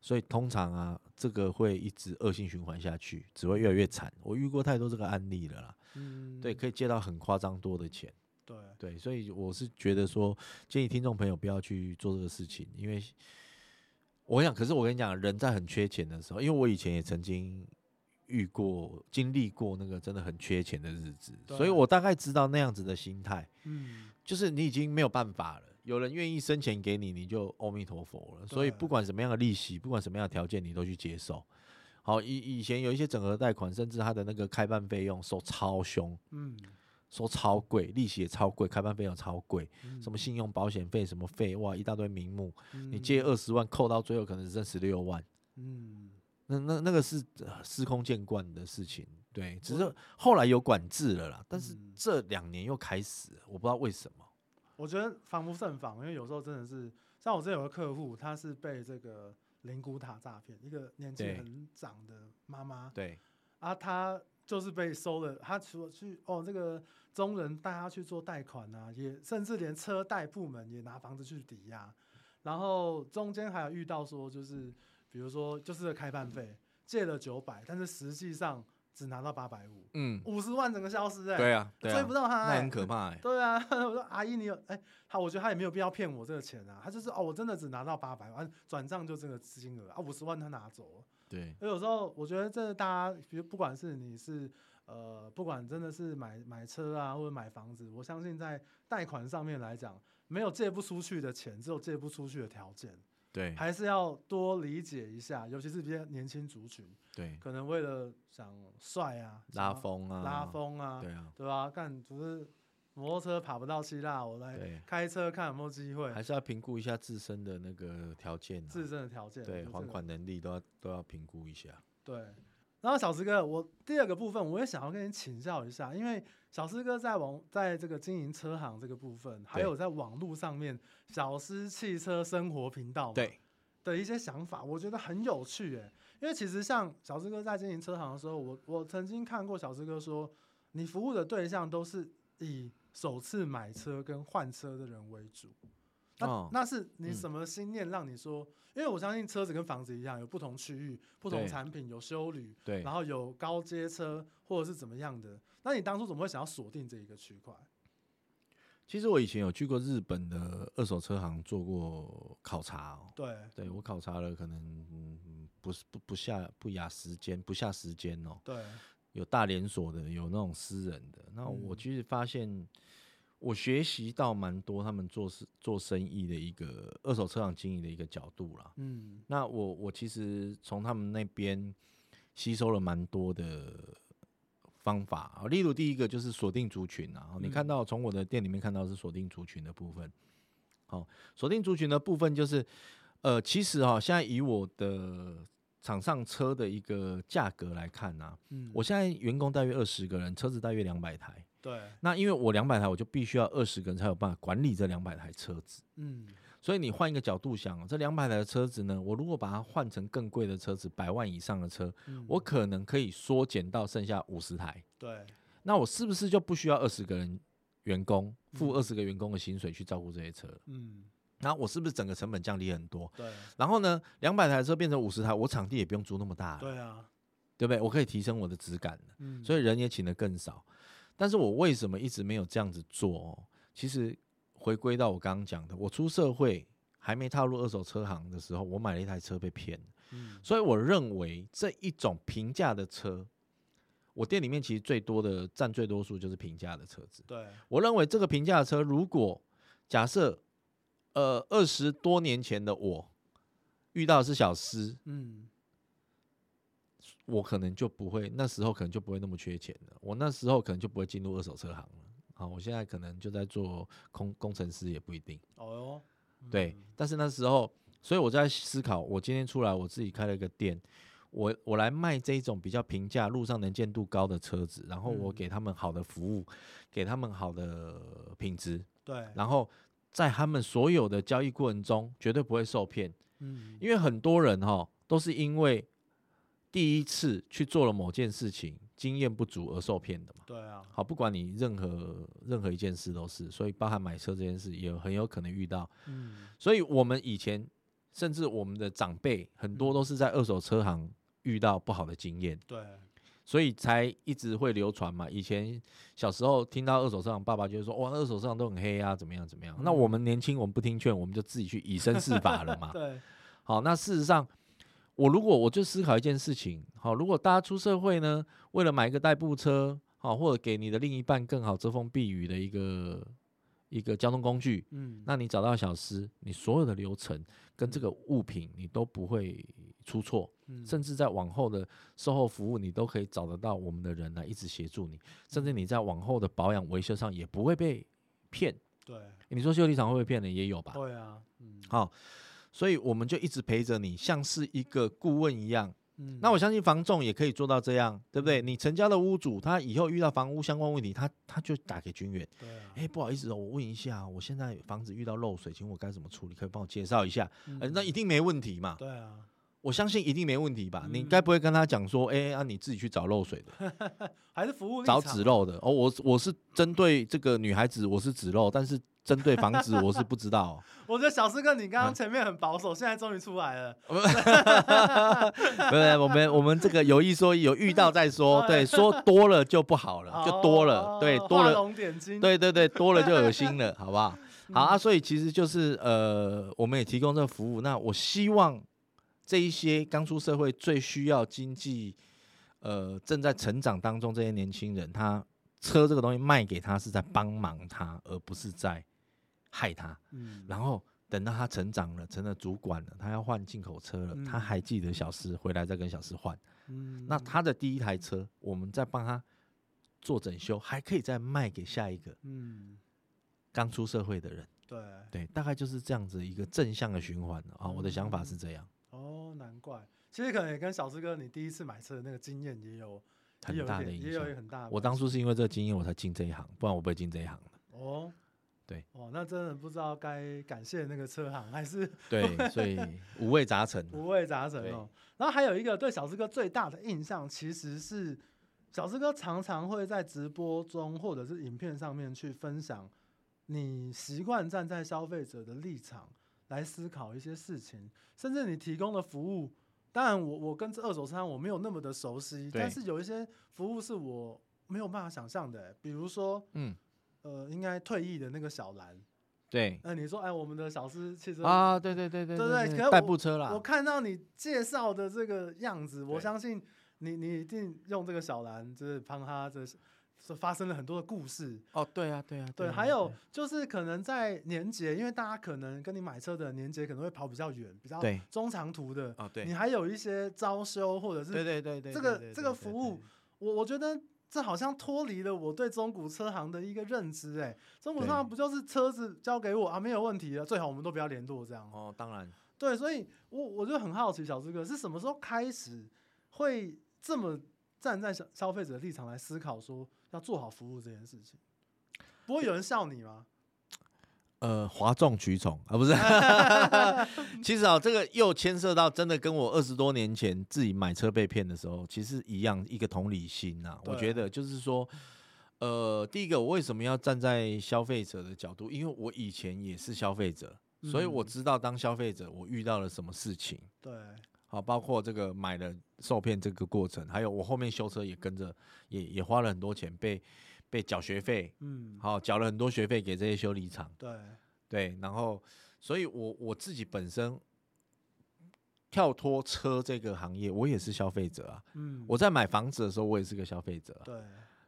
Speaker 2: 所以通常啊，这个会一直恶性循环下去，只会越来越惨。我遇过太多这个案例了啦，
Speaker 1: 嗯
Speaker 2: 对，可以借到很夸张多的钱，
Speaker 1: 对
Speaker 2: 对，所以我是觉得说，建议听众朋友不要去做这个事情，因为我想，可是我跟你讲，人在很缺钱的时候，因为我以前也曾经。遇过、经历过那个真的很缺钱的日子，所
Speaker 1: 对
Speaker 2: 以我大概知道那样子的心态。
Speaker 1: 嗯
Speaker 2: 就是你已经没有办法了，有人愿意生钱给你，你就阿弥陀佛了。所以
Speaker 1: 对啊
Speaker 2: 不管什么样的利息，不管什么样的条件，你都去接受。好，以以前有一些整合贷款，甚至他的那个开办费用收超凶，
Speaker 1: 嗯
Speaker 2: 收超贵，利息也超贵，开办费用超贵，
Speaker 1: 嗯
Speaker 2: 什么信用保险费什么费，哇，一大堆名目。你
Speaker 1: 嗯
Speaker 2: 借二十万，扣到最后可能只剩十六万，
Speaker 1: 嗯
Speaker 2: 那那那个是呃司空见惯的事情。对，只是后来有管制了啦，但是
Speaker 1: 嗯
Speaker 2: 这两年又开始了，我不知道为什么。
Speaker 1: 我觉得防不胜防，因为有时候真的是，像我之前有个客户，他是被这个灵骨塔诈骗，一个年纪
Speaker 2: 对
Speaker 1: 很长的妈妈
Speaker 2: 对，
Speaker 1: 啊，她就是被收了，她除了去哦这个中人带她去做贷款啊，也甚至连车贷部门也拿房子去抵押，然后中间还有遇到说就是比如说就是开办费借了九百，但是实际上只拿到八百五，
Speaker 2: 嗯，
Speaker 1: 五十万整个消失哎、
Speaker 2: 对啊，对啊
Speaker 1: 追不到他、
Speaker 2: 那
Speaker 1: 哎
Speaker 2: 很可怕、欸。
Speaker 1: 对啊， [LAUGHS] 我说阿姨你有哎，好，我觉得他也没有必要骗我这个钱啊，他就是哦，我真的只拿到八百万，转账就这个金额啊，五十万他拿走了。
Speaker 2: 对，
Speaker 1: 所以有时候我觉得真的大家，比如不管是你是呃，不管真的是买买车啊，或者买房子，我相信在贷款上面来讲，没有借不出去的钱，只有借不出去的条件，
Speaker 2: 对，
Speaker 1: 还是要多理解一下，尤其是比较年轻族群，
Speaker 2: 对，
Speaker 1: 可能为了想帅啊，想
Speaker 2: 拉
Speaker 1: 要、
Speaker 2: 风啊，
Speaker 1: 拉，风啊，
Speaker 2: 对啊，
Speaker 1: 对吧、啊？干，就是摩托车跑不到希腊，我来
Speaker 2: 对
Speaker 1: 开车看有没有机会，
Speaker 2: 还是要评估一下自身的那个条件、啊，
Speaker 1: 自身的条件。我觉
Speaker 2: 对
Speaker 1: 得
Speaker 2: 还
Speaker 1: 这个
Speaker 2: 款能力都要都要评估一下。
Speaker 1: 对，然后小石哥，我第二个部分我也想要跟你请教一下，因为小石哥在网在这个经营车行这个部分，还
Speaker 2: 对
Speaker 1: 有在网络上面小狮汽车生活频道，，
Speaker 2: 对，
Speaker 1: 的一些想法，我觉得很有趣诶。因为其实像小志哥在经营车行的时候，我我曾经看过小志哥说，你服务的对象都是以首次买车跟换车的人为主。那、
Speaker 2: 哦
Speaker 1: 那是你
Speaker 2: 嗯
Speaker 1: 什么心念让你说？因为我相信车子跟房子一样，有不同区域、不同
Speaker 2: 对
Speaker 1: 产品，有修旅，
Speaker 2: 对
Speaker 1: 然后有高阶车或者是怎么样的。那你当初怎么会想要锁定这一个区块？
Speaker 2: 其实我以前有去过日本的二手车行做过考察哦，
Speaker 1: 对
Speaker 2: 对我考察了可能嗯不是不不下不雅时间不下时间哦，
Speaker 1: 对，
Speaker 2: 有大连锁的，有那种私人的。那我
Speaker 1: 嗯
Speaker 2: 其实发现，我学习到蛮多他们做事做生意的一个二手车行经营的一个角度啦。
Speaker 1: 嗯
Speaker 2: 那我我其实从他们那边吸收了蛮多的方法，例如第一个就是锁定族群啊，你看到从我的店里面看到是锁定族群的部分。好、锁定族群的部分就是，呃，其实哈、现在以我的厂上车的一个价格来看啊呢、
Speaker 1: 嗯，
Speaker 2: 我现在员工大约二十个人，车子大约两百台。
Speaker 1: 对，
Speaker 2: 那因为我两百台，我就必须要二十个人才有办法管理这两百台车子。
Speaker 1: 嗯
Speaker 2: 所以你换一个角度想哦，这两百台的车子呢，我如果把它换成更贵的车子，百万以上的车，
Speaker 1: 嗯，
Speaker 2: 我可能可以缩减到剩下五十台。
Speaker 1: 对
Speaker 2: 那我是不是就不需要二十个人员工付
Speaker 1: 嗯
Speaker 2: 二十个员工的薪水去照顾这些车了？
Speaker 1: 嗯
Speaker 2: 那我是不是整个成本降低很多？
Speaker 1: 对
Speaker 2: 然后呢，两百台车变成五十台，我场地也不用租那么大了，
Speaker 1: 对啊，
Speaker 2: 对不对？我可以提升我的质感了。
Speaker 1: 嗯，
Speaker 2: 所
Speaker 1: 以
Speaker 2: 以人也请的更少。但是我为什么一直没有这样子做、哦？其实回归到我刚刚讲的，我出社会还没踏入二手车行的时候，我买了一台车被骗，
Speaker 1: 嗯
Speaker 2: 所以我认为这一种平价的车，我店里面其实最多的占最多数就是平价的车子。
Speaker 1: 对
Speaker 2: 我认为这个平价的车，如果假设呃二十多年前的我遇到的是小施，
Speaker 1: 嗯
Speaker 2: 我可能就不会，那时候可能就不会那么缺钱了。我那时候可能就不会进入二手车行了。好，我现在可能就在做工工程师，也不一定。
Speaker 1: 哦哟，
Speaker 2: 对，
Speaker 1: 嗯
Speaker 2: 但是那时候，所以我在思考，我今天出来，我自己开了一个店，我我来卖这一种比较平价、路上能见度高的车子，然后我
Speaker 1: 嗯
Speaker 2: 给他们好的服务，给他们好的品质，
Speaker 1: 对，
Speaker 2: 然后在他们所有的交易过程中，绝对不会受骗。
Speaker 1: 嗯
Speaker 2: 因为很多人哈、都是因为第一次去做了某件事情，经验不足而受骗的嘛。
Speaker 1: 对啊，
Speaker 2: 好，不管你任何任何一件事都是，所以包含买车这件事也很有可能遇到。
Speaker 1: 嗯
Speaker 2: 所以我们以前甚至我们的长辈很多都是在二手车行遇到不好的经验，
Speaker 1: 对，
Speaker 2: 所以才一直会流传嘛。以前小时候听到二手车行，爸爸就会说：“哇，二手车行都很黑啊，怎么样怎么样。那我们年轻，我们不听劝，我们就自己去以身试法了嘛。
Speaker 1: 对，
Speaker 2: 好，那事实上，我如果我就思考一件事情，好，如果大家出社会呢，为了买一个代步车，好，或者给你的另一半更好遮风避雨的一个一个交通工具，
Speaker 1: 嗯，
Speaker 2: 那你找到小师，你所有的流程跟这个物品你都不会出错，
Speaker 1: 嗯
Speaker 2: 甚至在往后的售后服务，你都可以找得到我们的人来一直协助你，甚至你在往后的保养维修上也不会被骗。
Speaker 1: 对，
Speaker 2: 你说修理厂会不会骗人？也有吧？
Speaker 1: 会啊，嗯
Speaker 2: 啊好、所以我们就一直陪着你，像是一个顾问一样。
Speaker 1: 嗯，
Speaker 2: 那我相信房仲也可以做到这样，对不对？你成交的屋主，他以后遇到房屋相关问题，他他就打给君远，
Speaker 1: 对啊，
Speaker 2: 哎，不好意思哦，我问一下，我现在房子遇到漏水，请问我该怎么处理？可以帮我介绍一下？哎，那
Speaker 1: 嗯
Speaker 2: 一定没问题嘛，
Speaker 1: 对嗯啊，
Speaker 2: 我相信一定没问题吧？你该不会跟他讲说，哎，啊，你自己去找漏水的，
Speaker 1: 还是服务立
Speaker 2: 找
Speaker 1: 场
Speaker 2: 纸漏的？哦，我我是针对这个女孩子，我是纸漏，但是针对房子我是不知道哦、
Speaker 1: 我觉得小师哥，你刚
Speaker 2: 嗯
Speaker 1: 刚前面很保守，现在终于出来了。
Speaker 2: [LAUGHS] 不是，我们我们这个有一说一，有遇到
Speaker 1: [LAUGHS]
Speaker 2: 再说，对，说多了就不好了，就多了，对，
Speaker 1: 哦
Speaker 2: 多
Speaker 1: 画
Speaker 2: 了，
Speaker 1: 龙嗯点睛。
Speaker 2: 对对对，多了就恶心
Speaker 1: [LAUGHS]
Speaker 2: 了，好不好？好啊，所以其实就是呃，我们也提供这个服务。那我希望这一些刚出社会最需要经济呃正在成长当中这些年轻人，他车这个东西卖给他是在帮忙他，而不是在害他。
Speaker 1: 嗯，
Speaker 2: 然后等到他成长了，成了主管了，他要换进口车了，他
Speaker 1: 嗯
Speaker 2: 还记得小诗，回来再跟小诗换。
Speaker 1: 嗯
Speaker 2: 那他的第一台车，我们再帮他做整修，还可以再卖给下一个
Speaker 1: 嗯，
Speaker 2: 刚出社会的人。
Speaker 1: 对，
Speaker 2: 对，大概就是这样子一个正向的循环
Speaker 1: 嗯
Speaker 2: 啊。我的想法是这样，
Speaker 1: 哦，难怪。其实可能也跟小师哥你第一次买车的那个经验也有也有一
Speaker 2: 很大的
Speaker 1: 点
Speaker 2: 影
Speaker 1: 也有一个
Speaker 2: 响。
Speaker 1: 很大的关系。 [LAUGHS]
Speaker 2: 我当初是因为这个经验我才进这一行，不然我不会进这一行的。
Speaker 1: 哦，
Speaker 2: 对
Speaker 1: 哦，那真的不知道该感谢那个车行还是
Speaker 2: 对，所以五味杂陈。
Speaker 1: [LAUGHS]
Speaker 2: 啊
Speaker 1: 五味杂陈哦。然后还有一个对小志哥最大的印象，其实是小志哥常常会在直播中或者是影片上面去分享，你习惯站在消费者的立场来思考一些事情，甚至你提供的服务。当然我，我跟这二手车行我没有那么的熟悉，
Speaker 2: 对
Speaker 1: 但是有一些服务是我没有办法想象的，欸比如说，
Speaker 2: 嗯，
Speaker 1: 呃，应该退役的那个小蓝，
Speaker 2: 对
Speaker 1: 那、你说，哎，我们的小司汽车
Speaker 2: 啊，对对对对
Speaker 1: 对对可是
Speaker 2: 代
Speaker 1: 我
Speaker 2: 步车啦
Speaker 1: 我，看到你介绍的这个样子，我
Speaker 2: 对
Speaker 1: 相信你你一定用这个小蓝，就是帮他这是发生了很多的故事。
Speaker 2: 哦，对啊，对啊，
Speaker 1: 对，
Speaker 2: 啊
Speaker 1: 还有就是可能在年节，因为大家可能跟你买车的年节可能会跑比较远，比较
Speaker 2: 对
Speaker 1: 中长途的，
Speaker 2: 啊，对
Speaker 1: 你还有一些招修或者
Speaker 2: 对
Speaker 1: 是
Speaker 2: 对对对，
Speaker 1: 这
Speaker 2: 对
Speaker 1: 个
Speaker 2: 对
Speaker 1: 这
Speaker 2: 对
Speaker 1: 个
Speaker 2: 对
Speaker 1: 服
Speaker 2: 对
Speaker 1: 务，我我觉得这好像脱离了我对中古车行的一个认知。哎，中古车
Speaker 2: 对
Speaker 1: 行不就是车子交给我啊，没有问题了，最好我们都不要联络这样。
Speaker 2: 哦，当然，
Speaker 1: 对，所以我我就很好奇，小志哥是什么时候开始会这么站在消消费者的立场来思考，说要做好服务这件事情？不会有人笑你吗？
Speaker 2: 呃，哗众取宠啊，不是。 [LAUGHS] 其实啊，这个又牵涉到真的跟我二十多年前自己买车被骗的时候，其实一样一个同理心呐、我
Speaker 1: 对
Speaker 2: 觉
Speaker 1: 啊
Speaker 2: 得就是说，呃，第一个我为什么要站在消费者的角度？因为我以前也是消费者，所以我
Speaker 1: 嗯
Speaker 2: 知道当消费者我遇到了什么事情。
Speaker 1: 对，
Speaker 2: 好，包括这个买了受骗这个过程，还有我后面修车也跟着，也也花了很多钱被被缴学费，
Speaker 1: 嗯，
Speaker 2: 好缴了很多学费给这些修理厂。
Speaker 1: 对，
Speaker 2: 对，然后，所以我我自己本身跳脱车这个行业，我也是消费者啊。
Speaker 1: 嗯，
Speaker 2: 我在买房子的时候，我也是个消费者、啊，
Speaker 1: 对，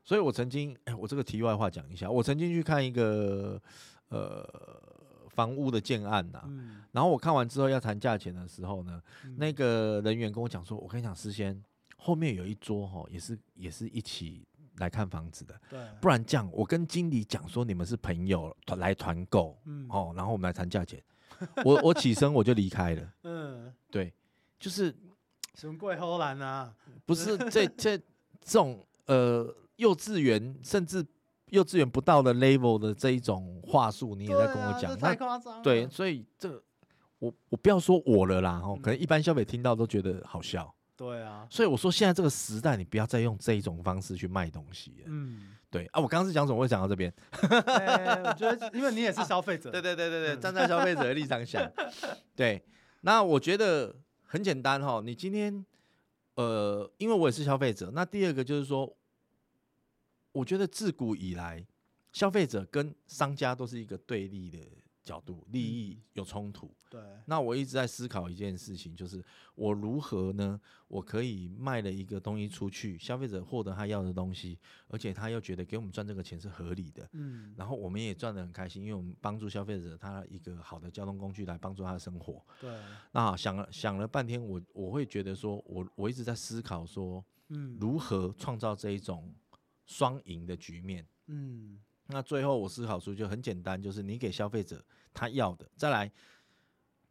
Speaker 2: 所以我曾经，哎，我这个题外话讲一下，我曾经去看一个呃房屋的建案呐、
Speaker 1: 嗯，
Speaker 2: 然后我看完之后要谈价钱的时候呢，
Speaker 1: 嗯
Speaker 2: 那个人员跟我讲说，我跟你讲，思先后面有一桌哈、哦，也是也是一起来看房子的，
Speaker 1: 对，
Speaker 2: 不然这样，我跟经理讲说你们是朋友团来团购，
Speaker 1: 嗯，
Speaker 2: 哦，然后我们来谈价钱。我我起身我就离
Speaker 1: [LAUGHS]
Speaker 2: 开了，
Speaker 1: 嗯，
Speaker 2: 对，就是
Speaker 1: 熊贵后兰啊，
Speaker 2: 不是这这这种呃幼稚园甚至幼稚园不到的 level 的这一种话术，你也在
Speaker 1: 对
Speaker 2: 跟我
Speaker 1: 啊这
Speaker 2: 讲，
Speaker 1: 太
Speaker 2: 那
Speaker 1: 夸张了，
Speaker 2: 对，所以这个我我不要说我了啦，哦，可能
Speaker 1: 嗯
Speaker 2: 一般消费听到都觉得好笑，
Speaker 1: 对啊，
Speaker 2: 所以我说现在这个时代，你不要再用这一种方式去卖东西了。
Speaker 1: 嗯，
Speaker 2: 对啊，我刚刚是讲什么？我会讲到这边。
Speaker 1: 哎我觉得因为你也是消费者，
Speaker 2: [LAUGHS] 对对对对对，站在消费者的立场想，对。那我觉得很简单哈，你今天呃，因为我也是消费者，那第二个就是说，我觉得自古以来，消费者跟商家都是一个对立的角度，利益有冲突。
Speaker 1: 对，
Speaker 2: 那我一直在思考一件事情，就是我如何呢？我可以卖了一个东西出去，消费者获得他要的东西，而且他又觉得给我们赚这个钱是合理的，
Speaker 1: 嗯，
Speaker 2: 然后我们也赚得很开心，因为我们帮助消费者他一个好的交通工具来帮助他的生活。
Speaker 1: 对，
Speaker 2: 那想了想了半天，我我会觉得说，我我一直在思考说，
Speaker 1: 嗯，
Speaker 2: 如何创造这一种双赢的局面。
Speaker 1: 嗯，
Speaker 2: 那最后我思考出就很简单，就是你给消费者他要的，再来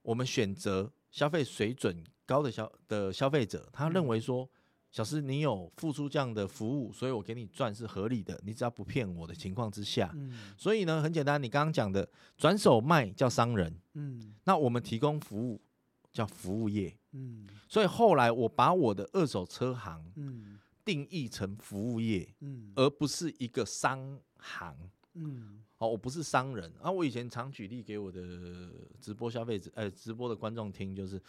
Speaker 2: 我们选择消费水准高的消的消费者，他认为说。小施，你有付出这样的服务，所以我给你赚是合理的。你只要不骗我的情况之下，
Speaker 1: 嗯，
Speaker 2: 所以呢，很简单，你刚刚讲的转手卖叫商人，
Speaker 1: 嗯，
Speaker 2: 那我们提供服务叫服务业。
Speaker 1: 嗯，
Speaker 2: 所以后来我把我的二手车行
Speaker 1: 嗯，
Speaker 2: 定义成服务业，
Speaker 1: 嗯，
Speaker 2: 而不是一个商行。
Speaker 1: 嗯，
Speaker 2: 哦，我不是商人啊！我以前常举例给我的直播消费者，呃，直播的观众听，就是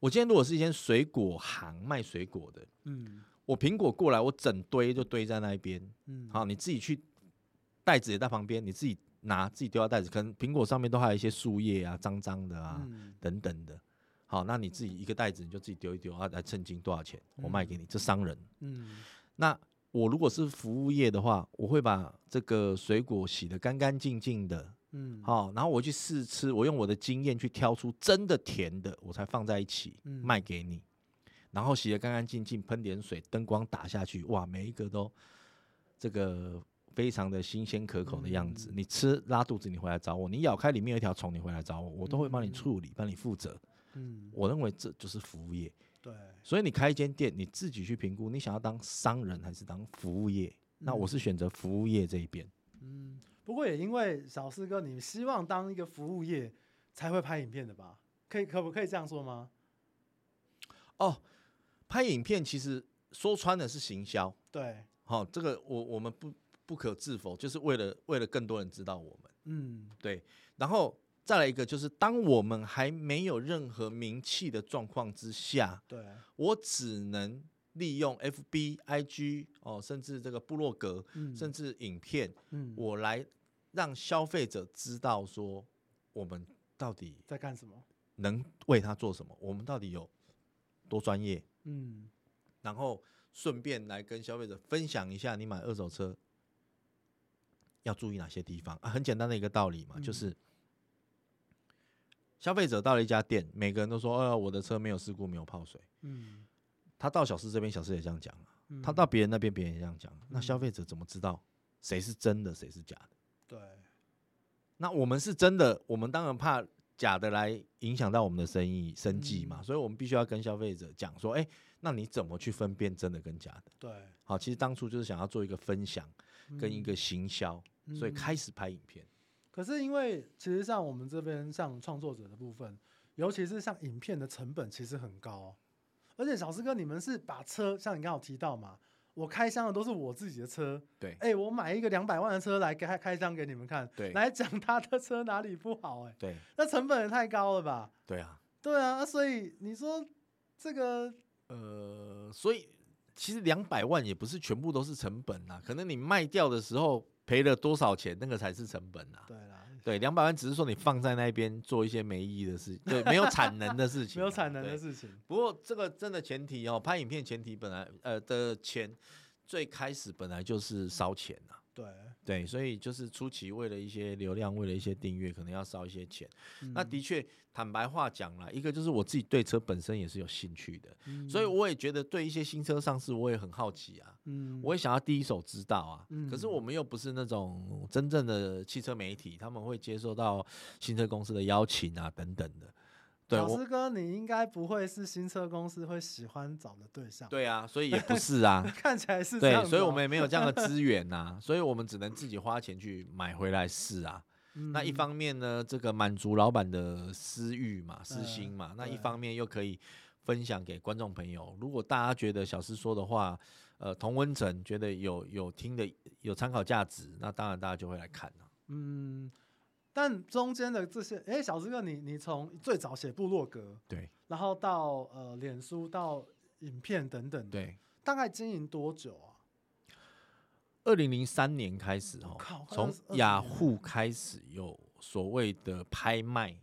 Speaker 2: 我今天如果是一间水果行卖水果的，
Speaker 1: 嗯，
Speaker 2: 我苹果过来，我整堆就堆在那一边，
Speaker 1: 嗯，
Speaker 2: 好，你自己去，袋子也在旁边，你自己拿，自己丢到袋子。可能苹果上面都还有一些树叶啊、脏脏的啊、
Speaker 1: 嗯，
Speaker 2: 等等的。好，那你自己一个袋子你就自己丢一丢啊，来称斤多少钱，我卖给你，这商人。
Speaker 1: 嗯，
Speaker 2: 那我如果是服务业的话，我会把这个水果洗得干干净净的，
Speaker 1: 嗯，
Speaker 2: 好，然后我去试吃，我用我的经验去挑出真的甜的，我才放在一起
Speaker 1: 嗯
Speaker 2: 卖给你。然后洗得干干净净，喷点水，灯光打下去，哇，每一个都这个非常的新鲜可口的样子。
Speaker 1: 嗯
Speaker 2: 你吃拉肚子，你回来找我；你咬开里面有一条虫，你回来找我，我都会帮你
Speaker 1: 嗯
Speaker 2: 处理，帮你负责。
Speaker 1: 嗯，
Speaker 2: 我认为这就是服务业。
Speaker 1: 对，
Speaker 2: 所以你开一间店，你自己去评估，你想要当商人还是当服务业？那我是选择服务业这一边。
Speaker 1: 嗯，不过也因为小四哥，你希望当一个服务业才会拍影片的吧？可以可不可以这样说吗？
Speaker 2: 哦，拍影片其实说穿了是行销，
Speaker 1: 对，
Speaker 2: 好、这个我我们不不可置否，就是为了为了更多人知道我们，
Speaker 1: 嗯，
Speaker 2: 对，然后再来一个就是，当我们还没有任何名气的状况之下，
Speaker 1: 对，
Speaker 2: 我只能利用 FB、IG 哦，甚至这个部落格，
Speaker 1: 嗯，
Speaker 2: 甚至影片，
Speaker 1: 嗯，
Speaker 2: 我来让消费者知道说我们到底
Speaker 1: 在干什么？
Speaker 2: 能为他做什么，我们到底有多专业，
Speaker 1: 嗯，
Speaker 2: 然后顺便来跟消费者分享一下，你买二手车要注意哪些地方啊？很简单的一个道理嘛，
Speaker 1: 嗯
Speaker 2: 就是消费者到了一家店，每个人都说：“呃，我的车没有事故，没有泡水。
Speaker 1: 嗯，”
Speaker 2: 他到小四这边，小四也这样讲啊；
Speaker 1: 嗯
Speaker 2: 他到别人那边，别人也这样讲啊。那
Speaker 1: 嗯
Speaker 2: 消费者怎么知道谁是真的，谁是假的？
Speaker 1: 对，
Speaker 2: 那我们是真的，我们当然怕假的来影响到我们的生意生计嘛，
Speaker 1: 嗯
Speaker 2: 所以我们必须要跟消费者讲说：“哎、那你怎么去分辨真的跟假的？”
Speaker 1: 对，
Speaker 2: 好，其实当初就是想要做一个分享跟一
Speaker 1: 嗯
Speaker 2: 个行销，所以
Speaker 1: 嗯
Speaker 2: 开始拍影片。
Speaker 1: 可是因为其实像我们这边像创作者的部分，尤其是像影片的成本其实很高哦、而且小师哥你们是把车，像你刚好提到嘛，我开箱的都是我自己的车，
Speaker 2: 对
Speaker 1: 哎、我买一个两百万的车来开开箱给你们看，
Speaker 2: 对
Speaker 1: 来讲他的车哪里不好、哎，
Speaker 2: 对
Speaker 1: 那成本也太高了吧？
Speaker 2: 对啊，
Speaker 1: 对啊，啊所以你说这个，
Speaker 2: 呃，所以其实两百万也不是全部都是成本啦，可能你卖掉的时候赔了多少钱，那个才是成本啦。
Speaker 1: 对啦，
Speaker 2: 对，两百万只是说你放在那边做一些没意义的事，对， [LAUGHS] 没有产能的事情，啊
Speaker 1: 没有产能的
Speaker 2: 对
Speaker 1: 事情，
Speaker 2: 不过这个真的前提哦，拍影片前提本来呃的钱，最开始本来就是烧钱呐、
Speaker 1: 对，
Speaker 2: 对，所以就是初期为了一些流量，为了一些订阅，可能要烧一些钱。那
Speaker 1: 嗯
Speaker 2: 的确，坦白话讲啦，一个就是我自己对车本身也是有兴趣的，
Speaker 1: 嗯
Speaker 2: 所以我也觉得对一些新车上市，我也很好奇啊，
Speaker 1: 嗯
Speaker 2: 我也想要第一手知道啊。可是
Speaker 1: 嗯
Speaker 2: 我们又不是那种真正的汽车媒体，他们会接受到新车公司的邀请啊等等的。对，
Speaker 1: 小
Speaker 2: 我
Speaker 1: 师哥，你应该不会是新车公司会喜欢找的对象，，
Speaker 2: 对啊，所以也不是啊
Speaker 1: [LAUGHS] 看起来是这样
Speaker 2: 对
Speaker 1: 子哦、，
Speaker 2: 所以我们也没有这样的
Speaker 1: [LAUGHS]
Speaker 2: 资源呐、所以我们只能自己花钱去买回来试啊。那一
Speaker 1: 嗯
Speaker 2: 方面呢，这个满足老板的私欲嘛、私
Speaker 1: 嗯
Speaker 2: 心嘛；那一
Speaker 1: 对
Speaker 2: 方面又可以分享给观众朋友。如果大家觉得小诗说的话，呃，同温层觉得有有听的有参考价值，那当然大家就会来看啊了、
Speaker 1: 嗯，但中间的这些，哎、小志哥你，你从最早写部落格，
Speaker 2: 对
Speaker 1: 然后到呃脸书，到影片等等，，
Speaker 2: 对，
Speaker 1: 大概经营多久啊？
Speaker 2: 二零零三年开始哦
Speaker 1: 靠，快
Speaker 2: 从
Speaker 1: 二十二十
Speaker 2: 雅
Speaker 1: 年了
Speaker 2: 虎开始有所谓的拍卖。
Speaker 1: 嗯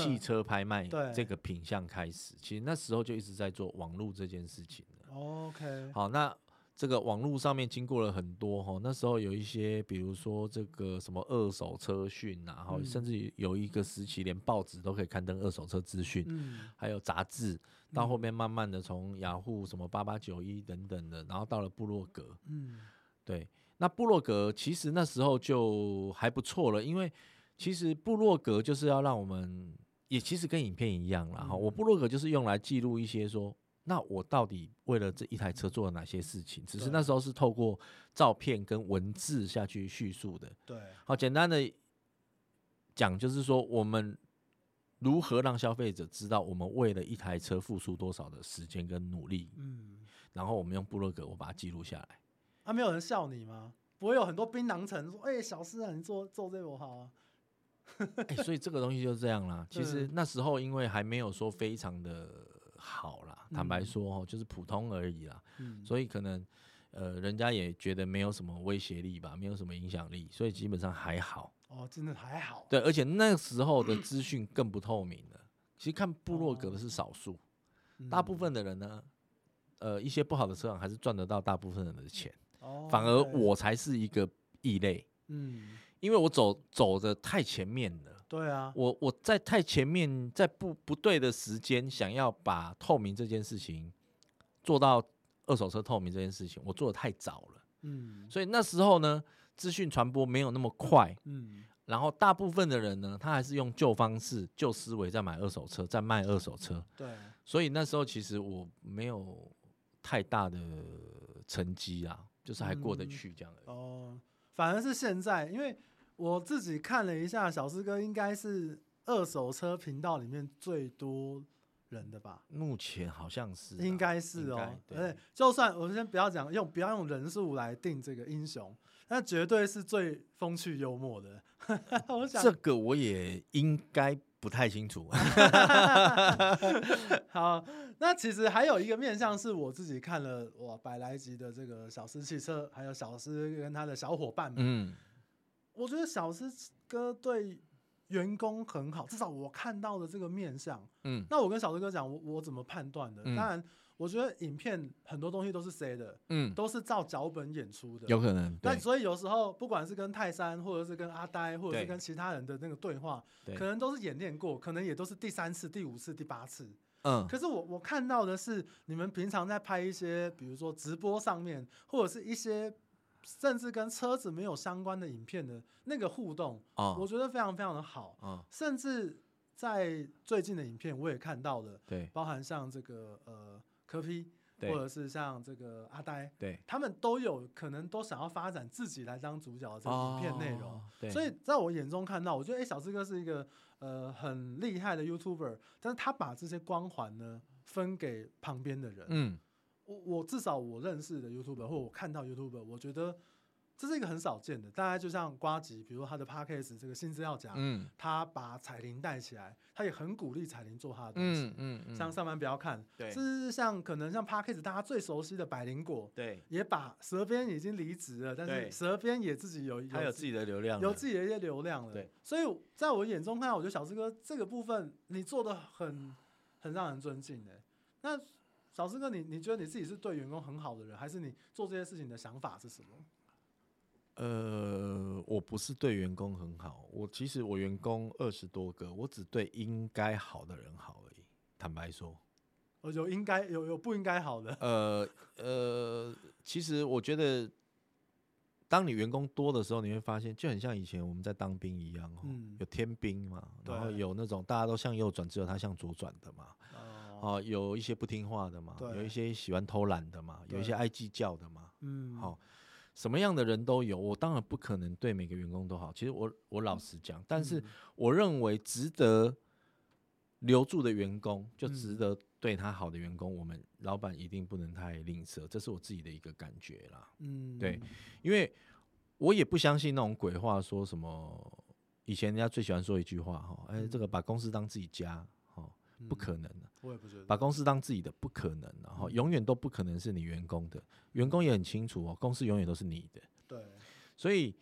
Speaker 2: 汽车拍卖
Speaker 1: 对
Speaker 2: 这个品相开始，其实那时候就一直在做网络这件事情了。
Speaker 1: ，OK，
Speaker 2: 好，那这个网络上面经过了很多哈，那时候有一些，比如说这个什么二手车讯啊，哈、
Speaker 1: 嗯
Speaker 2: 甚至有一个时期连报纸都可以刊登二手车资讯。
Speaker 1: 嗯
Speaker 2: 还有杂志，到后
Speaker 1: 嗯
Speaker 2: 面慢慢的从雅虎什么八八九一等等的，然后到了部落格，
Speaker 1: 嗯
Speaker 2: 对，那部落格其实那时候就还不错了，因为其实部落格就是要让我们也其实跟影片一样啦。哈、我
Speaker 1: 嗯
Speaker 2: 部落格就是用来记录一些说，那我到底为了这一台车做了哪些事情，只是
Speaker 1: 对
Speaker 2: 那时候是透过照片跟文字下去叙述的。
Speaker 1: 对，
Speaker 2: 好，简单的讲就是说，我们如何让消费者知道我们为了一台车付出多少的时间跟努力，
Speaker 1: 嗯，
Speaker 2: 然后我们用部落格我把它记录下来。
Speaker 1: 啊，没有人笑你吗？不会有很多槟榔城说，哎、小师啊，你做做这个我好啊，
Speaker 2: 哎、所以这个东西就这样啦。其实
Speaker 1: 嗯
Speaker 2: 那时候因为还没有说非常的好啦，坦白
Speaker 1: 嗯
Speaker 2: 说哦，就是普通而已啦，
Speaker 1: 嗯，
Speaker 2: 所以可能呃，人家也觉得没有什么威胁力吧，没有什么影响力，所以基本上还好。
Speaker 1: 哦，真的还好，
Speaker 2: 对，而且那时候的资讯更不透明了。其实看部落格的
Speaker 1: 哦
Speaker 2: 是少数，
Speaker 1: 嗯，
Speaker 2: 大部分的人呢，呃，一些不好的车行还是赚得到大部分人的钱，
Speaker 1: 哦，
Speaker 2: 反而
Speaker 1: OK，
Speaker 2: 我才是一个异类，
Speaker 1: 嗯，
Speaker 2: 因为我走走的太前面了。
Speaker 1: 对啊，
Speaker 2: 我我在太前面，在不不对的时间，想要把透明这件事情做到二手车透明这件事情，我做的太早了。
Speaker 1: 嗯
Speaker 2: 所以那时候呢，资讯传播没有那么快，
Speaker 1: 嗯，
Speaker 2: 然后大部分的人呢，他还是用旧方式、旧思维在买二手车，在卖二手车。
Speaker 1: 对，
Speaker 2: 所以那时候其实我没有太大的成绩啊，就是还过得
Speaker 1: 嗯
Speaker 2: 去这样而已。
Speaker 1: 哦，反而是现在，因为我自己看了一下，小四哥应该是二手车频道里面最多人的吧？
Speaker 2: 目前好像是啊、
Speaker 1: 应该是
Speaker 2: 应
Speaker 1: 哦
Speaker 2: 该。对
Speaker 1: 而且就算我们先不要讲用不要用人数来定这个英雄，那绝对是最风趣幽默的。 [LAUGHS] 我想
Speaker 2: 这个我也应该不太清楚。
Speaker 1: [LAUGHS]
Speaker 2: [LAUGHS]
Speaker 1: 好，那其实还有一个面向是我自己看了哇百来集的这个小狮汽车，还有小狮跟他的小伙伴们，
Speaker 2: 嗯，
Speaker 1: 我觉得小狮哥对员工很好，至少我看到的这个面向。
Speaker 2: 嗯
Speaker 1: 那我跟小狮哥讲，我我怎么判断的？
Speaker 2: 嗯
Speaker 1: 当然，我觉得影片很多东西都是 say 的，
Speaker 2: 嗯，
Speaker 1: 都是照脚本演出的。
Speaker 2: 有可能。
Speaker 1: 那
Speaker 2: 对
Speaker 1: 所以有时候，不管是跟泰山，或者是跟阿呆，或者是
Speaker 2: 对
Speaker 1: 跟其他人的那个对话，
Speaker 2: 对
Speaker 1: 可，能都是演练过，可能也都是第三次、第五次、第八次。
Speaker 2: 嗯
Speaker 1: 可是我我看到的是，你们平常在拍一些，比如说直播上面，或者是一些甚至跟车子没有相关的影片的那个互动，我
Speaker 2: 哦
Speaker 1: 觉得非常非常的好。
Speaker 2: 哦，
Speaker 1: 甚至在最近的影片，我也看到了，
Speaker 2: 对
Speaker 1: 包含像这个呃柯批，或
Speaker 2: 对
Speaker 1: 者是像这个阿呆，
Speaker 2: 对，
Speaker 1: 他们都有可能都想要发展自己来当主角的这个影片内容。
Speaker 2: 哦对，
Speaker 1: 所以在我眼中看到，我觉得哎、诶小志哥是一个呃很厉害的 YouTuber，但是他把这些光环呢分给旁边的人。
Speaker 2: 嗯
Speaker 1: 我我至少我认识的 YouTuber 或我看到 YouTuber，我觉得这是一个很少见的。大概就像瓜吉，比如他的 Podcast 这个新资料夹，
Speaker 2: 嗯
Speaker 1: 他把彩铃带起来，他也很鼓励彩铃做他的东西。
Speaker 2: 嗯嗯嗯，
Speaker 1: 像上班不要看，
Speaker 2: 对
Speaker 1: 甚至是像可能像 Podcast 大家最熟悉的百灵果，
Speaker 2: 对，
Speaker 1: 也把蛇鞭已经离职了，但
Speaker 2: 对
Speaker 1: 是蛇鞭也自己有
Speaker 2: 他有自己的流量了，
Speaker 1: 有自己的一些流量了。
Speaker 2: 对，
Speaker 1: 所以在我眼中看来，我觉得小志哥这个部分你做的很很让人尊敬的、那小志哥你，你觉得你自己是对员工很好的人，还是你做这些事情的想法是什么？
Speaker 2: 呃，我不是对员工很好，我其实我员工二十多个，我只对应该好的人好而已。坦白说，
Speaker 1: 呃有应该有有不应该好的，
Speaker 2: 呃呃，其实我觉得，当你员工多的时候，你会发现就很像以前我们在当兵一样哦，
Speaker 1: 嗯
Speaker 2: 有天兵嘛，然后
Speaker 1: 对
Speaker 2: 有那种大家都向右转，只有他向左转的嘛，
Speaker 1: 哦，
Speaker 2: 哦，有一些不听话的嘛，有
Speaker 1: 对
Speaker 2: 一些喜欢偷懒的嘛，有一些
Speaker 1: 对
Speaker 2: 爱计较的嘛，
Speaker 1: 嗯，
Speaker 2: 好、，什么样的人都有，我当然不可能对每个员工都好。其实我我老实讲，但是
Speaker 1: 嗯
Speaker 2: 我认为值得留住的员工，就
Speaker 1: 嗯
Speaker 2: 值得对他好的员工，我们老板一定不能太吝啬，这是我自己的一个感觉啦。
Speaker 1: 嗯，
Speaker 2: 对，因为我也不相信那种鬼话，说什么以前人家最喜欢说一句话哈，哎、这个把公司当自己家。哦，不可能的、
Speaker 1: 嗯我也不觉得，
Speaker 2: 把公司当自己的不可能、然后永远都不可能是你员工的，员工也很清楚哦，公司永远都是你的。
Speaker 1: 对，
Speaker 2: 所以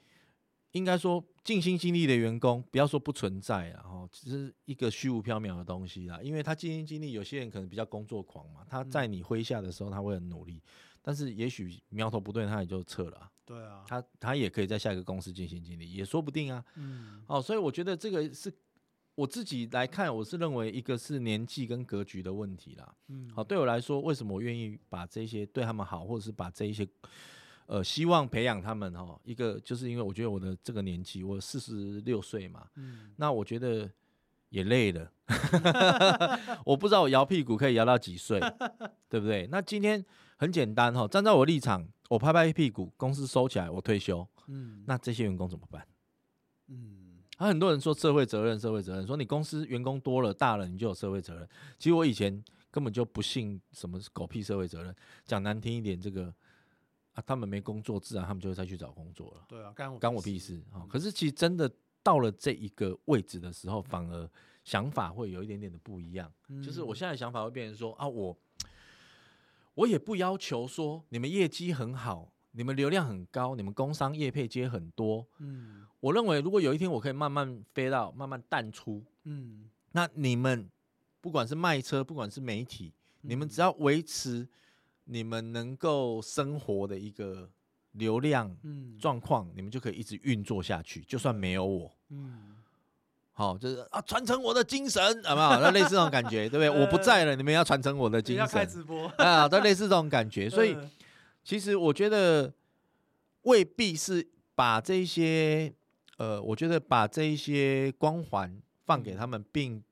Speaker 2: 应该说尽心尽力的员工，不要说不存在啊，哈，只是一个虚无缥缈的东西啦。因为他尽心尽力，有些人可能比较工作狂嘛，他在你麾下的时候他会很努力，但是也许苗头不对，他也就撤了啊、
Speaker 1: 对啊，
Speaker 2: 他他也可以在下一个公司尽心尽力，也说不定啊。
Speaker 1: 嗯，
Speaker 2: 哦，所以我觉得这个是。我自己来看，我是认为一个是年纪跟格局的问题啦。
Speaker 1: 嗯，
Speaker 2: 好，，对我来说，为什么我愿意把这些对他们好，或者是把这一些呃希望培养他们哦，一个就是因为我觉得我的这个年纪，我四十六岁嘛，
Speaker 1: 嗯，
Speaker 2: 那我觉得也累了， [LAUGHS] 我不知道我摇屁股可以摇到几岁，对不对？那今天很简单哈、哦，站在我立场，我拍拍屁股，公司收起来，我退休，
Speaker 1: 嗯，
Speaker 2: 那这些员工怎么办？
Speaker 1: 嗯，
Speaker 2: 啊，很多人说社会责任，社会责任，说你公司员工多了大了，你就有社会责任。其实我以前根本就不信什么狗屁社会责任，讲难听一点，这个啊，他们没工作，自然他们就会再去找工作了，
Speaker 1: 对啊，干我
Speaker 2: 干我屁事啊、
Speaker 1: 嗯
Speaker 2: 可是其实真的到了这一个位置的时候，反而想法会有一点点的不一样。就是
Speaker 1: 嗯
Speaker 2: 我现在的想法会变成说啊，我我也不要求说你们业绩很好，你们流量很高，你们工商业配接很多，
Speaker 1: 嗯
Speaker 2: 我认为如果有一天我可以慢慢飞到，慢慢淡出，
Speaker 1: 嗯，
Speaker 2: 那你们不管是卖车，不管是媒体，你们
Speaker 1: 嗯
Speaker 2: 只要维持你们能够生活的一个流量
Speaker 1: 嗯，，
Speaker 2: 状况，你们就可以一直运作下去，就算没有我。
Speaker 1: 嗯，
Speaker 2: 好、就是啊，传承我的精神，好不好？那类似这种感觉，对不对？我不在了，你们要传承我的
Speaker 1: 你
Speaker 2: 精
Speaker 1: 呃要开
Speaker 2: 神
Speaker 1: 直播，
Speaker 2: 啊，都类似这种感觉。
Speaker 1: [LAUGHS]
Speaker 2: 所以，
Speaker 1: 嗯
Speaker 2: 其实我觉得未必是把这一些呃，我觉得把这一些光环放给他们，并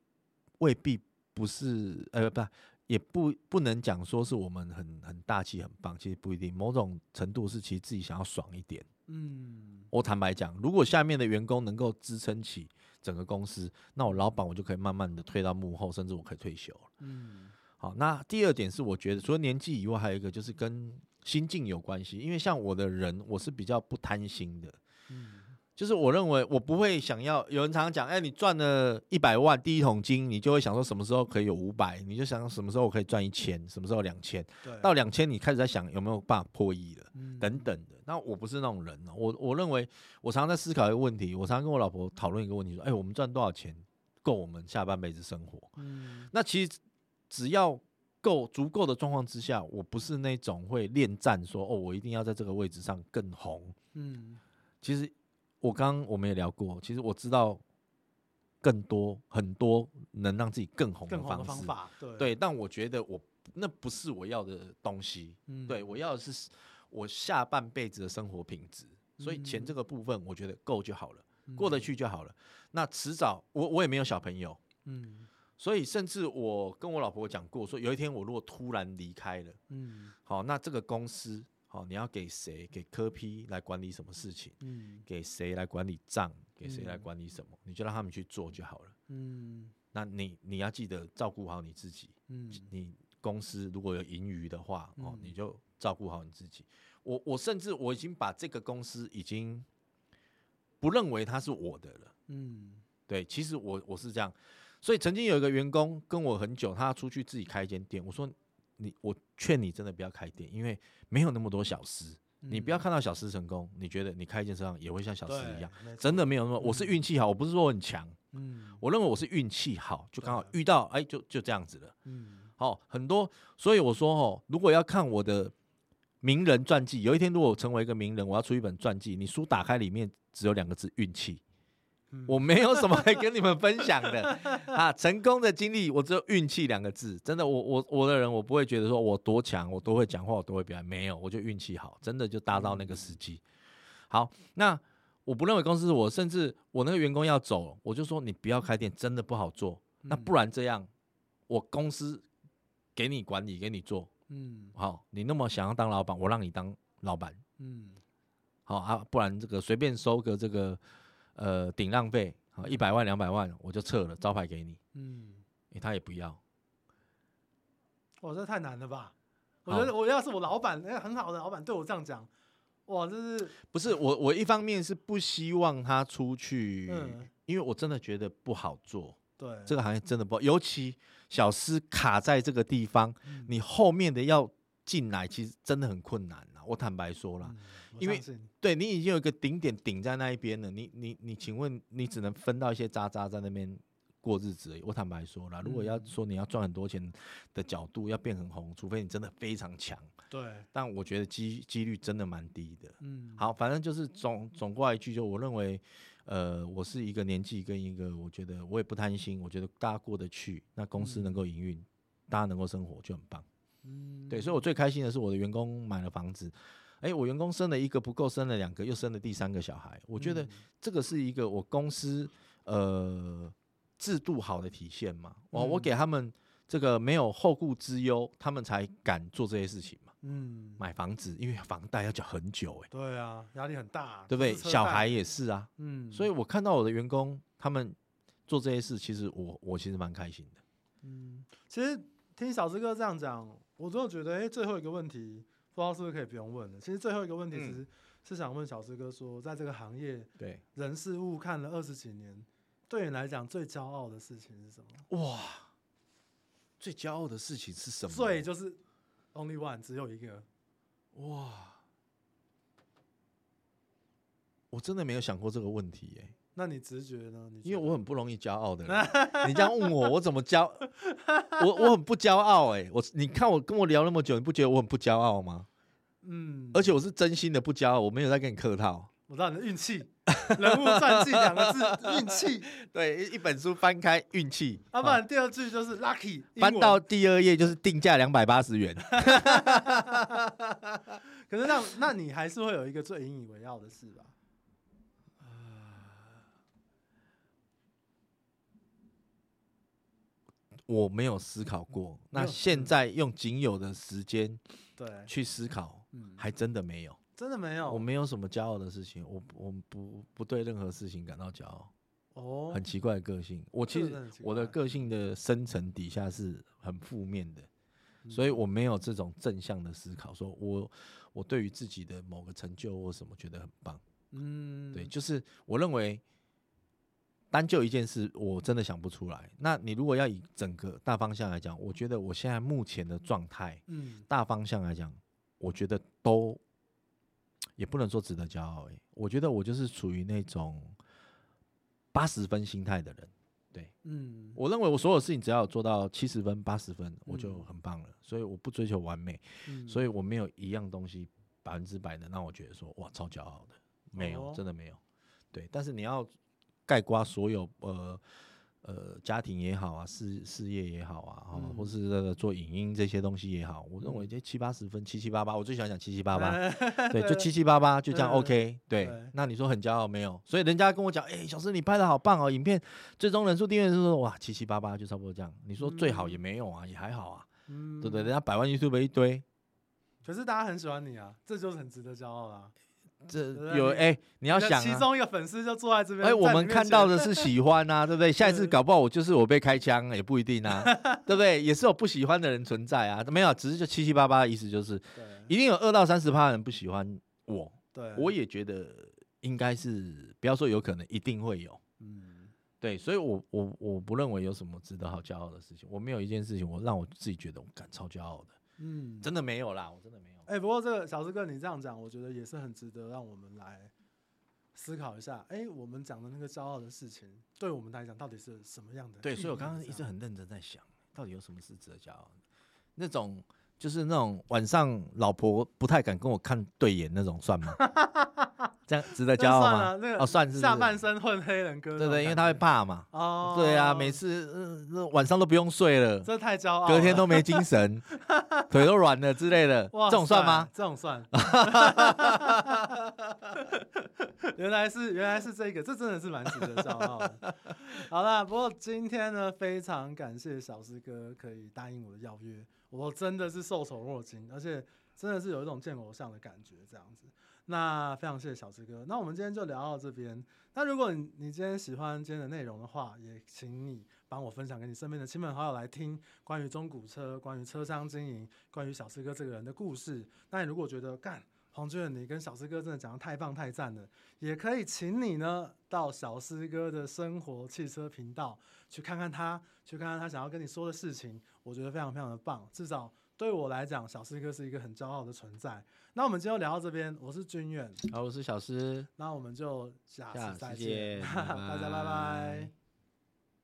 Speaker 2: 未必不是呃不，也不不能讲说是我们很很大气很棒，其实不一定，某种程度是其实自己想要爽一点。
Speaker 1: 嗯，
Speaker 2: 我坦白讲，如果下面的员工能够支撑起整个公司，那我老板我就可以慢慢的退到幕后，甚至我可以退休了。
Speaker 1: 嗯，
Speaker 2: 好，那第二点是我觉得除了年纪以外，还有一个就是跟心境有关系，因为像我的人，我是比较不贪心的。
Speaker 1: 嗯，
Speaker 2: 就是我认为我不会想要，有人常常讲，哎、你赚了一百万第一桶金，你就会想说什么时候可以有五百，你就想什么时候我可以赚一千，什么时候两千，
Speaker 1: 对，
Speaker 2: 到两千你开始在想有没有办法破亿了。
Speaker 1: 嗯
Speaker 2: 等等的。那我不是那种人哦，我我认为我常常在思考一个问题，我常常跟我老婆讨论一个问题，说，哎、我们赚多少钱够我们下半辈子生活？
Speaker 1: 嗯
Speaker 2: 那其实只要够足够的状况之下，我不是那种会恋战说，哦，我一定要在这个位置上更红。
Speaker 1: 嗯
Speaker 2: 其实我刚刚我们也聊过，其实我知道更多很多能让自己更红的
Speaker 1: 更好的
Speaker 2: 方
Speaker 1: 方
Speaker 2: 式，
Speaker 1: 法，对，
Speaker 2: 对，但我觉得我那不是我要的东西。
Speaker 1: 嗯
Speaker 2: 对，我要的是我下半辈子的生活品质，
Speaker 1: 嗯
Speaker 2: 所以钱这个部分我觉得够就好了，过得，去就好了。那迟早我我也没有小朋友，
Speaker 1: 嗯
Speaker 2: 所以甚至我跟我老婆讲过，说有一天我如果突然离开了，
Speaker 1: 嗯
Speaker 2: 好，那这个公司好，你要给谁给科批来管理什么事情，
Speaker 1: 嗯
Speaker 2: 给谁来管理账，给谁来
Speaker 1: 嗯
Speaker 2: 管理什么，你就让他们去做就好了。
Speaker 1: 嗯
Speaker 2: 那你你要记得照顾好你自己，
Speaker 1: 嗯
Speaker 2: 你公司如果有盈余的话，哦，
Speaker 1: 嗯
Speaker 2: 你就照顾好你自己。我我甚至我已经把这个公司已经不认为它是我的了。
Speaker 1: 嗯
Speaker 2: 对，其实我我是这样，所以曾经有一个员工跟我很久，他出去自己开一间店，我说你，我劝你真的不要开店，因为没有那么多小吃。
Speaker 1: 嗯
Speaker 2: 你不要看到小吃成功，你觉得你开一间商场也会像小吃一样，，
Speaker 1: 对没
Speaker 2: 真的
Speaker 1: 错
Speaker 2: 没有那么。我是运气好，我不是说我很强，
Speaker 1: 嗯
Speaker 2: 我认为我是运气好，就刚好
Speaker 1: 对
Speaker 2: 遇到，哎，就就这样子了。
Speaker 1: 嗯
Speaker 2: 好、很多，所以我说哦，如果要看我的名人传记，有一天如果我成为一个名人，我要出一本传记，你书打开里面只有两个字运气。
Speaker 1: 嗯
Speaker 2: [LAUGHS] 我没有什么来跟你们分享的 [LAUGHS] 啊，成功的经历我只有运气两个字。真的，我我我的人，我不会觉得说我多强，我多会讲话，我多会表演，没有，我就运气好，真的就搭到那个时机。好，那我不认为公司是我，甚至我那个员工要走，我就说你不要开店，真的不好做。那
Speaker 1: 嗯
Speaker 2: 不然这样，我公司给你管理，给你做
Speaker 1: 嗯
Speaker 2: 好，你那么想要当老板，我让你当老板
Speaker 1: 嗯
Speaker 2: 好啊，不然这个随便收个这个呃顶浪费啊一百万两百万我就撤了，招牌给你，
Speaker 1: 嗯，
Speaker 2: 诶他也不要。
Speaker 1: 哇，这太难了吧？我
Speaker 2: 好
Speaker 1: 觉得我要是我老板，那个很好的老板对我这样讲，哇，这是
Speaker 2: 不是我，我一方面是不希望他出去，
Speaker 1: 嗯
Speaker 2: 因为我真的觉得不好做，
Speaker 1: 对嗯
Speaker 2: 这个行业真的不好，尤其小司卡在这个地方，
Speaker 1: 嗯
Speaker 2: 你后面的要进来其实真的很困难啊。我坦白说啦，
Speaker 1: 嗯我
Speaker 2: 因为
Speaker 1: 相信
Speaker 2: 对你已经有一个顶点顶在那一边了，你你你，请问你只能分到一些渣渣在那边过日子而已。我坦白说啦，如果要
Speaker 1: 嗯
Speaker 2: 说你要赚很多钱的角度要变很红，除非你真的非常强，
Speaker 1: 对，
Speaker 2: 但我觉得机几率真的蛮低的。
Speaker 1: 嗯，
Speaker 2: 好，反正就是总总过来一句，就我认为，呃，我是一个年纪跟一个，我觉得我也不贪心，我觉得大家过得去，那公司能够营运，大家能够生活就很棒。
Speaker 1: 嗯，
Speaker 2: 对，所以我最开心的是我的员工买了房子，哎，我员工生了一个不够，生了两个，又生了第三个小孩，我觉得
Speaker 1: 嗯
Speaker 2: 这个是一个我公司呃制度好的体现嘛，我
Speaker 1: 嗯
Speaker 2: 我给他们这个没有后顾之忧，他们才敢做这些事情嘛，
Speaker 1: 嗯，
Speaker 2: 买房子，因为房贷要缴很久、哎，
Speaker 1: 对啊，压力很大，
Speaker 2: 对不对？
Speaker 1: 这是车
Speaker 2: 小
Speaker 1: 贷
Speaker 2: 孩，也是啊，
Speaker 1: 嗯，
Speaker 2: 所以我看到我的员工他们做这些事，其实我我其实蛮开心的。
Speaker 1: 嗯，其实听小志哥这样讲，我真的觉得，哎、最后一个问题，不知道是不是可以不用问了。其实最后一个问题
Speaker 2: 嗯
Speaker 1: 是、是想问小志哥说，在这个行业
Speaker 2: 对，
Speaker 1: 人事物看了二十几年，对你来讲最骄傲的事情是什么？
Speaker 2: 哇，最骄傲的事情是什么？
Speaker 1: 最就是 only one，只有一个。
Speaker 2: 哇，我真的没有想过这个问题耶、
Speaker 1: 那你直觉呢？你
Speaker 2: 因为
Speaker 1: 觉
Speaker 2: 我
Speaker 1: 得
Speaker 2: 很不容易骄傲
Speaker 1: [LAUGHS]
Speaker 2: 的人。你这样问我，我怎么骄？我我很不骄傲哎、我你看我跟我聊那么久，你不觉得我很不骄傲吗？
Speaker 1: 嗯，
Speaker 2: 而且我是真心的不骄傲，我没有在跟你客套。
Speaker 1: 我知道你的运气，人物传记两个字，运
Speaker 2: [LAUGHS]
Speaker 1: 气。
Speaker 2: 对，一一本书翻开运气，
Speaker 1: 要、不然第二句就是 lucky，英
Speaker 2: 翻
Speaker 1: 文
Speaker 2: 到第二页就是定价两百八
Speaker 1: [LAUGHS]
Speaker 2: 十元。
Speaker 1: 可是那那你还是会有一个最引以为傲的事吧？
Speaker 2: 我没有思考过。
Speaker 1: 有
Speaker 2: 那现
Speaker 1: 嗯
Speaker 2: 在用仅有的时间
Speaker 1: 对，
Speaker 2: 去思考，
Speaker 1: 嗯，
Speaker 2: 还真的没有。
Speaker 1: 真的没有，
Speaker 2: 我没有什么骄傲的事情，我我不不对任何事情感到骄傲，
Speaker 1: 哦，
Speaker 2: 很奇怪的个性。我
Speaker 1: 这
Speaker 2: 其
Speaker 1: 个
Speaker 2: 实
Speaker 1: 真的很奇
Speaker 2: 我的
Speaker 1: 怪
Speaker 2: 个性的深层底下是很负面的，
Speaker 1: 嗯
Speaker 2: 所以我没有这种正向的思考，说我我对于自己的某个成就或什么觉得很棒。
Speaker 1: 嗯，
Speaker 2: 对，就是我认为单就一件事，我真的想不出来。那你如果要以整个大方向来讲，我觉得我现在目前的状态，
Speaker 1: 嗯，
Speaker 2: 大方向来讲，我觉得都也不能说值得骄傲、欸。我觉得我就是处于那种八十分心态的人。对
Speaker 1: 嗯，
Speaker 2: 我认为我所有事情只要有做到七十分、八十分，我就
Speaker 1: 嗯
Speaker 2: 很棒了。所以我不追求完美，
Speaker 1: 嗯，
Speaker 2: 所
Speaker 1: 以
Speaker 2: 以我没有一样东西百分之百能让我觉得说哇超骄傲的，没有，
Speaker 1: 哦
Speaker 2: 真的没有。对，但是你要盖瓜所有呃呃家庭也好啊，事事业也好啊，哦
Speaker 1: 嗯
Speaker 2: 或是那个做影音这些东西也好，我认为这七八十分，七七八八，我最喜欢讲七七八
Speaker 1: [LAUGHS]
Speaker 2: 八。对，就七七八八，就这样
Speaker 1: 对
Speaker 2: OK。对
Speaker 1: 嗯对，
Speaker 2: 那你说很骄傲没有？所以人家跟我讲，哎，小诗你拍的好棒哦，影片最终人数订阅是说哇七七八八，就差不多这样。你说最好也没有啊，也还好啊，
Speaker 1: 嗯，
Speaker 2: 对不对？人家百万 YouTube 一堆，
Speaker 1: 可是大家很喜欢你啊，这就是很值得骄傲啦。
Speaker 2: 这
Speaker 1: 对
Speaker 2: 有
Speaker 1: 你
Speaker 2: 哎、你要
Speaker 1: 你的
Speaker 2: 想、
Speaker 1: 其
Speaker 2: 啊，
Speaker 1: 中一个粉丝就坐在这边，
Speaker 2: 哎、我
Speaker 1: 在你
Speaker 2: 们
Speaker 1: 面
Speaker 2: 看
Speaker 1: 前
Speaker 2: 到的是喜欢啊，
Speaker 1: [LAUGHS]
Speaker 2: 对不对？下一次
Speaker 1: 对
Speaker 2: 搞不好我就是我被开枪也不一定
Speaker 1: [LAUGHS]
Speaker 2: 啊，对不对？也是有不喜欢的人存在啊，没有，只是就七七八八的意思就是，
Speaker 1: 对
Speaker 2: 一定有二到三十趴人不喜欢我，
Speaker 1: 对，
Speaker 2: 我也觉得应该是不要说有可能，一定会有。
Speaker 1: 嗯
Speaker 2: 对，所以我我我不认为有什么值得好骄傲的事情，我没有一件事情我让我自己觉得我感超骄傲的，
Speaker 1: 嗯，
Speaker 2: 真的没有啦，我真的没有。
Speaker 1: 哎、不过这个小志哥，你这样讲，我觉得也是很值得让我们来思考一下。哎、我们讲的那个骄傲的事情，对我们来讲到底是什么样的意义这
Speaker 2: 对，
Speaker 1: 样？
Speaker 2: 所以我刚刚
Speaker 1: 啊
Speaker 2: 一直很认真在想，到底有什么是值得骄傲的？那种就是那种晚上老婆不太敢跟我看对眼那种
Speaker 1: [LAUGHS]
Speaker 2: 算吗？这样值得
Speaker 1: 这
Speaker 2: 骄傲
Speaker 1: 算
Speaker 2: 吗？
Speaker 1: 了那个
Speaker 2: 哦，算是不
Speaker 1: 下
Speaker 2: 是
Speaker 1: 半身混黑人哥那种感
Speaker 2: 对
Speaker 1: 觉，
Speaker 2: 对，因为他会怕嘛。
Speaker 1: 哦，
Speaker 2: 对啊，每次、呃那晚上都不用睡了，
Speaker 1: 这太骄傲了，
Speaker 2: 隔天都没精神，腿都软了之类的，
Speaker 1: [LAUGHS] 哇
Speaker 2: 这种算
Speaker 1: 塞
Speaker 2: 吗？？
Speaker 1: 这种
Speaker 2: [LAUGHS]
Speaker 1: 算。 [LAUGHS] 原来是原来是这个，这真的是蛮值得骄傲的。好啦，不过今天呢，非常感谢小师哥可以答应我的邀约，我真的是受宠若惊，而且真的是有一种见偶像的感觉，这样子。那非常谢谢小师哥，那我们今天就聊到这边。那如果你你今天喜欢今天的内容的话，也请你帮我分享给你身边的亲朋好友来听，关于中古车、关于车商经营、关于小师哥这个人的故事。那你如果觉得干黄俊远你跟小师哥真的讲的太棒太赞了，也可以请你呢到小师哥的生活汽车频道去看看他，去看看他想要跟你说的事情，我觉得非常非常的棒。至少对我来讲，小师哥是一个很骄傲的存在。那我们今天就聊到这边，我是君远，
Speaker 2: 好，我是小诗，
Speaker 1: 那我们就下
Speaker 2: 下
Speaker 1: 次
Speaker 2: 次
Speaker 1: 再见，
Speaker 2: 见
Speaker 1: [LAUGHS] 大家拜
Speaker 2: 拜
Speaker 1: 拜
Speaker 2: 拜。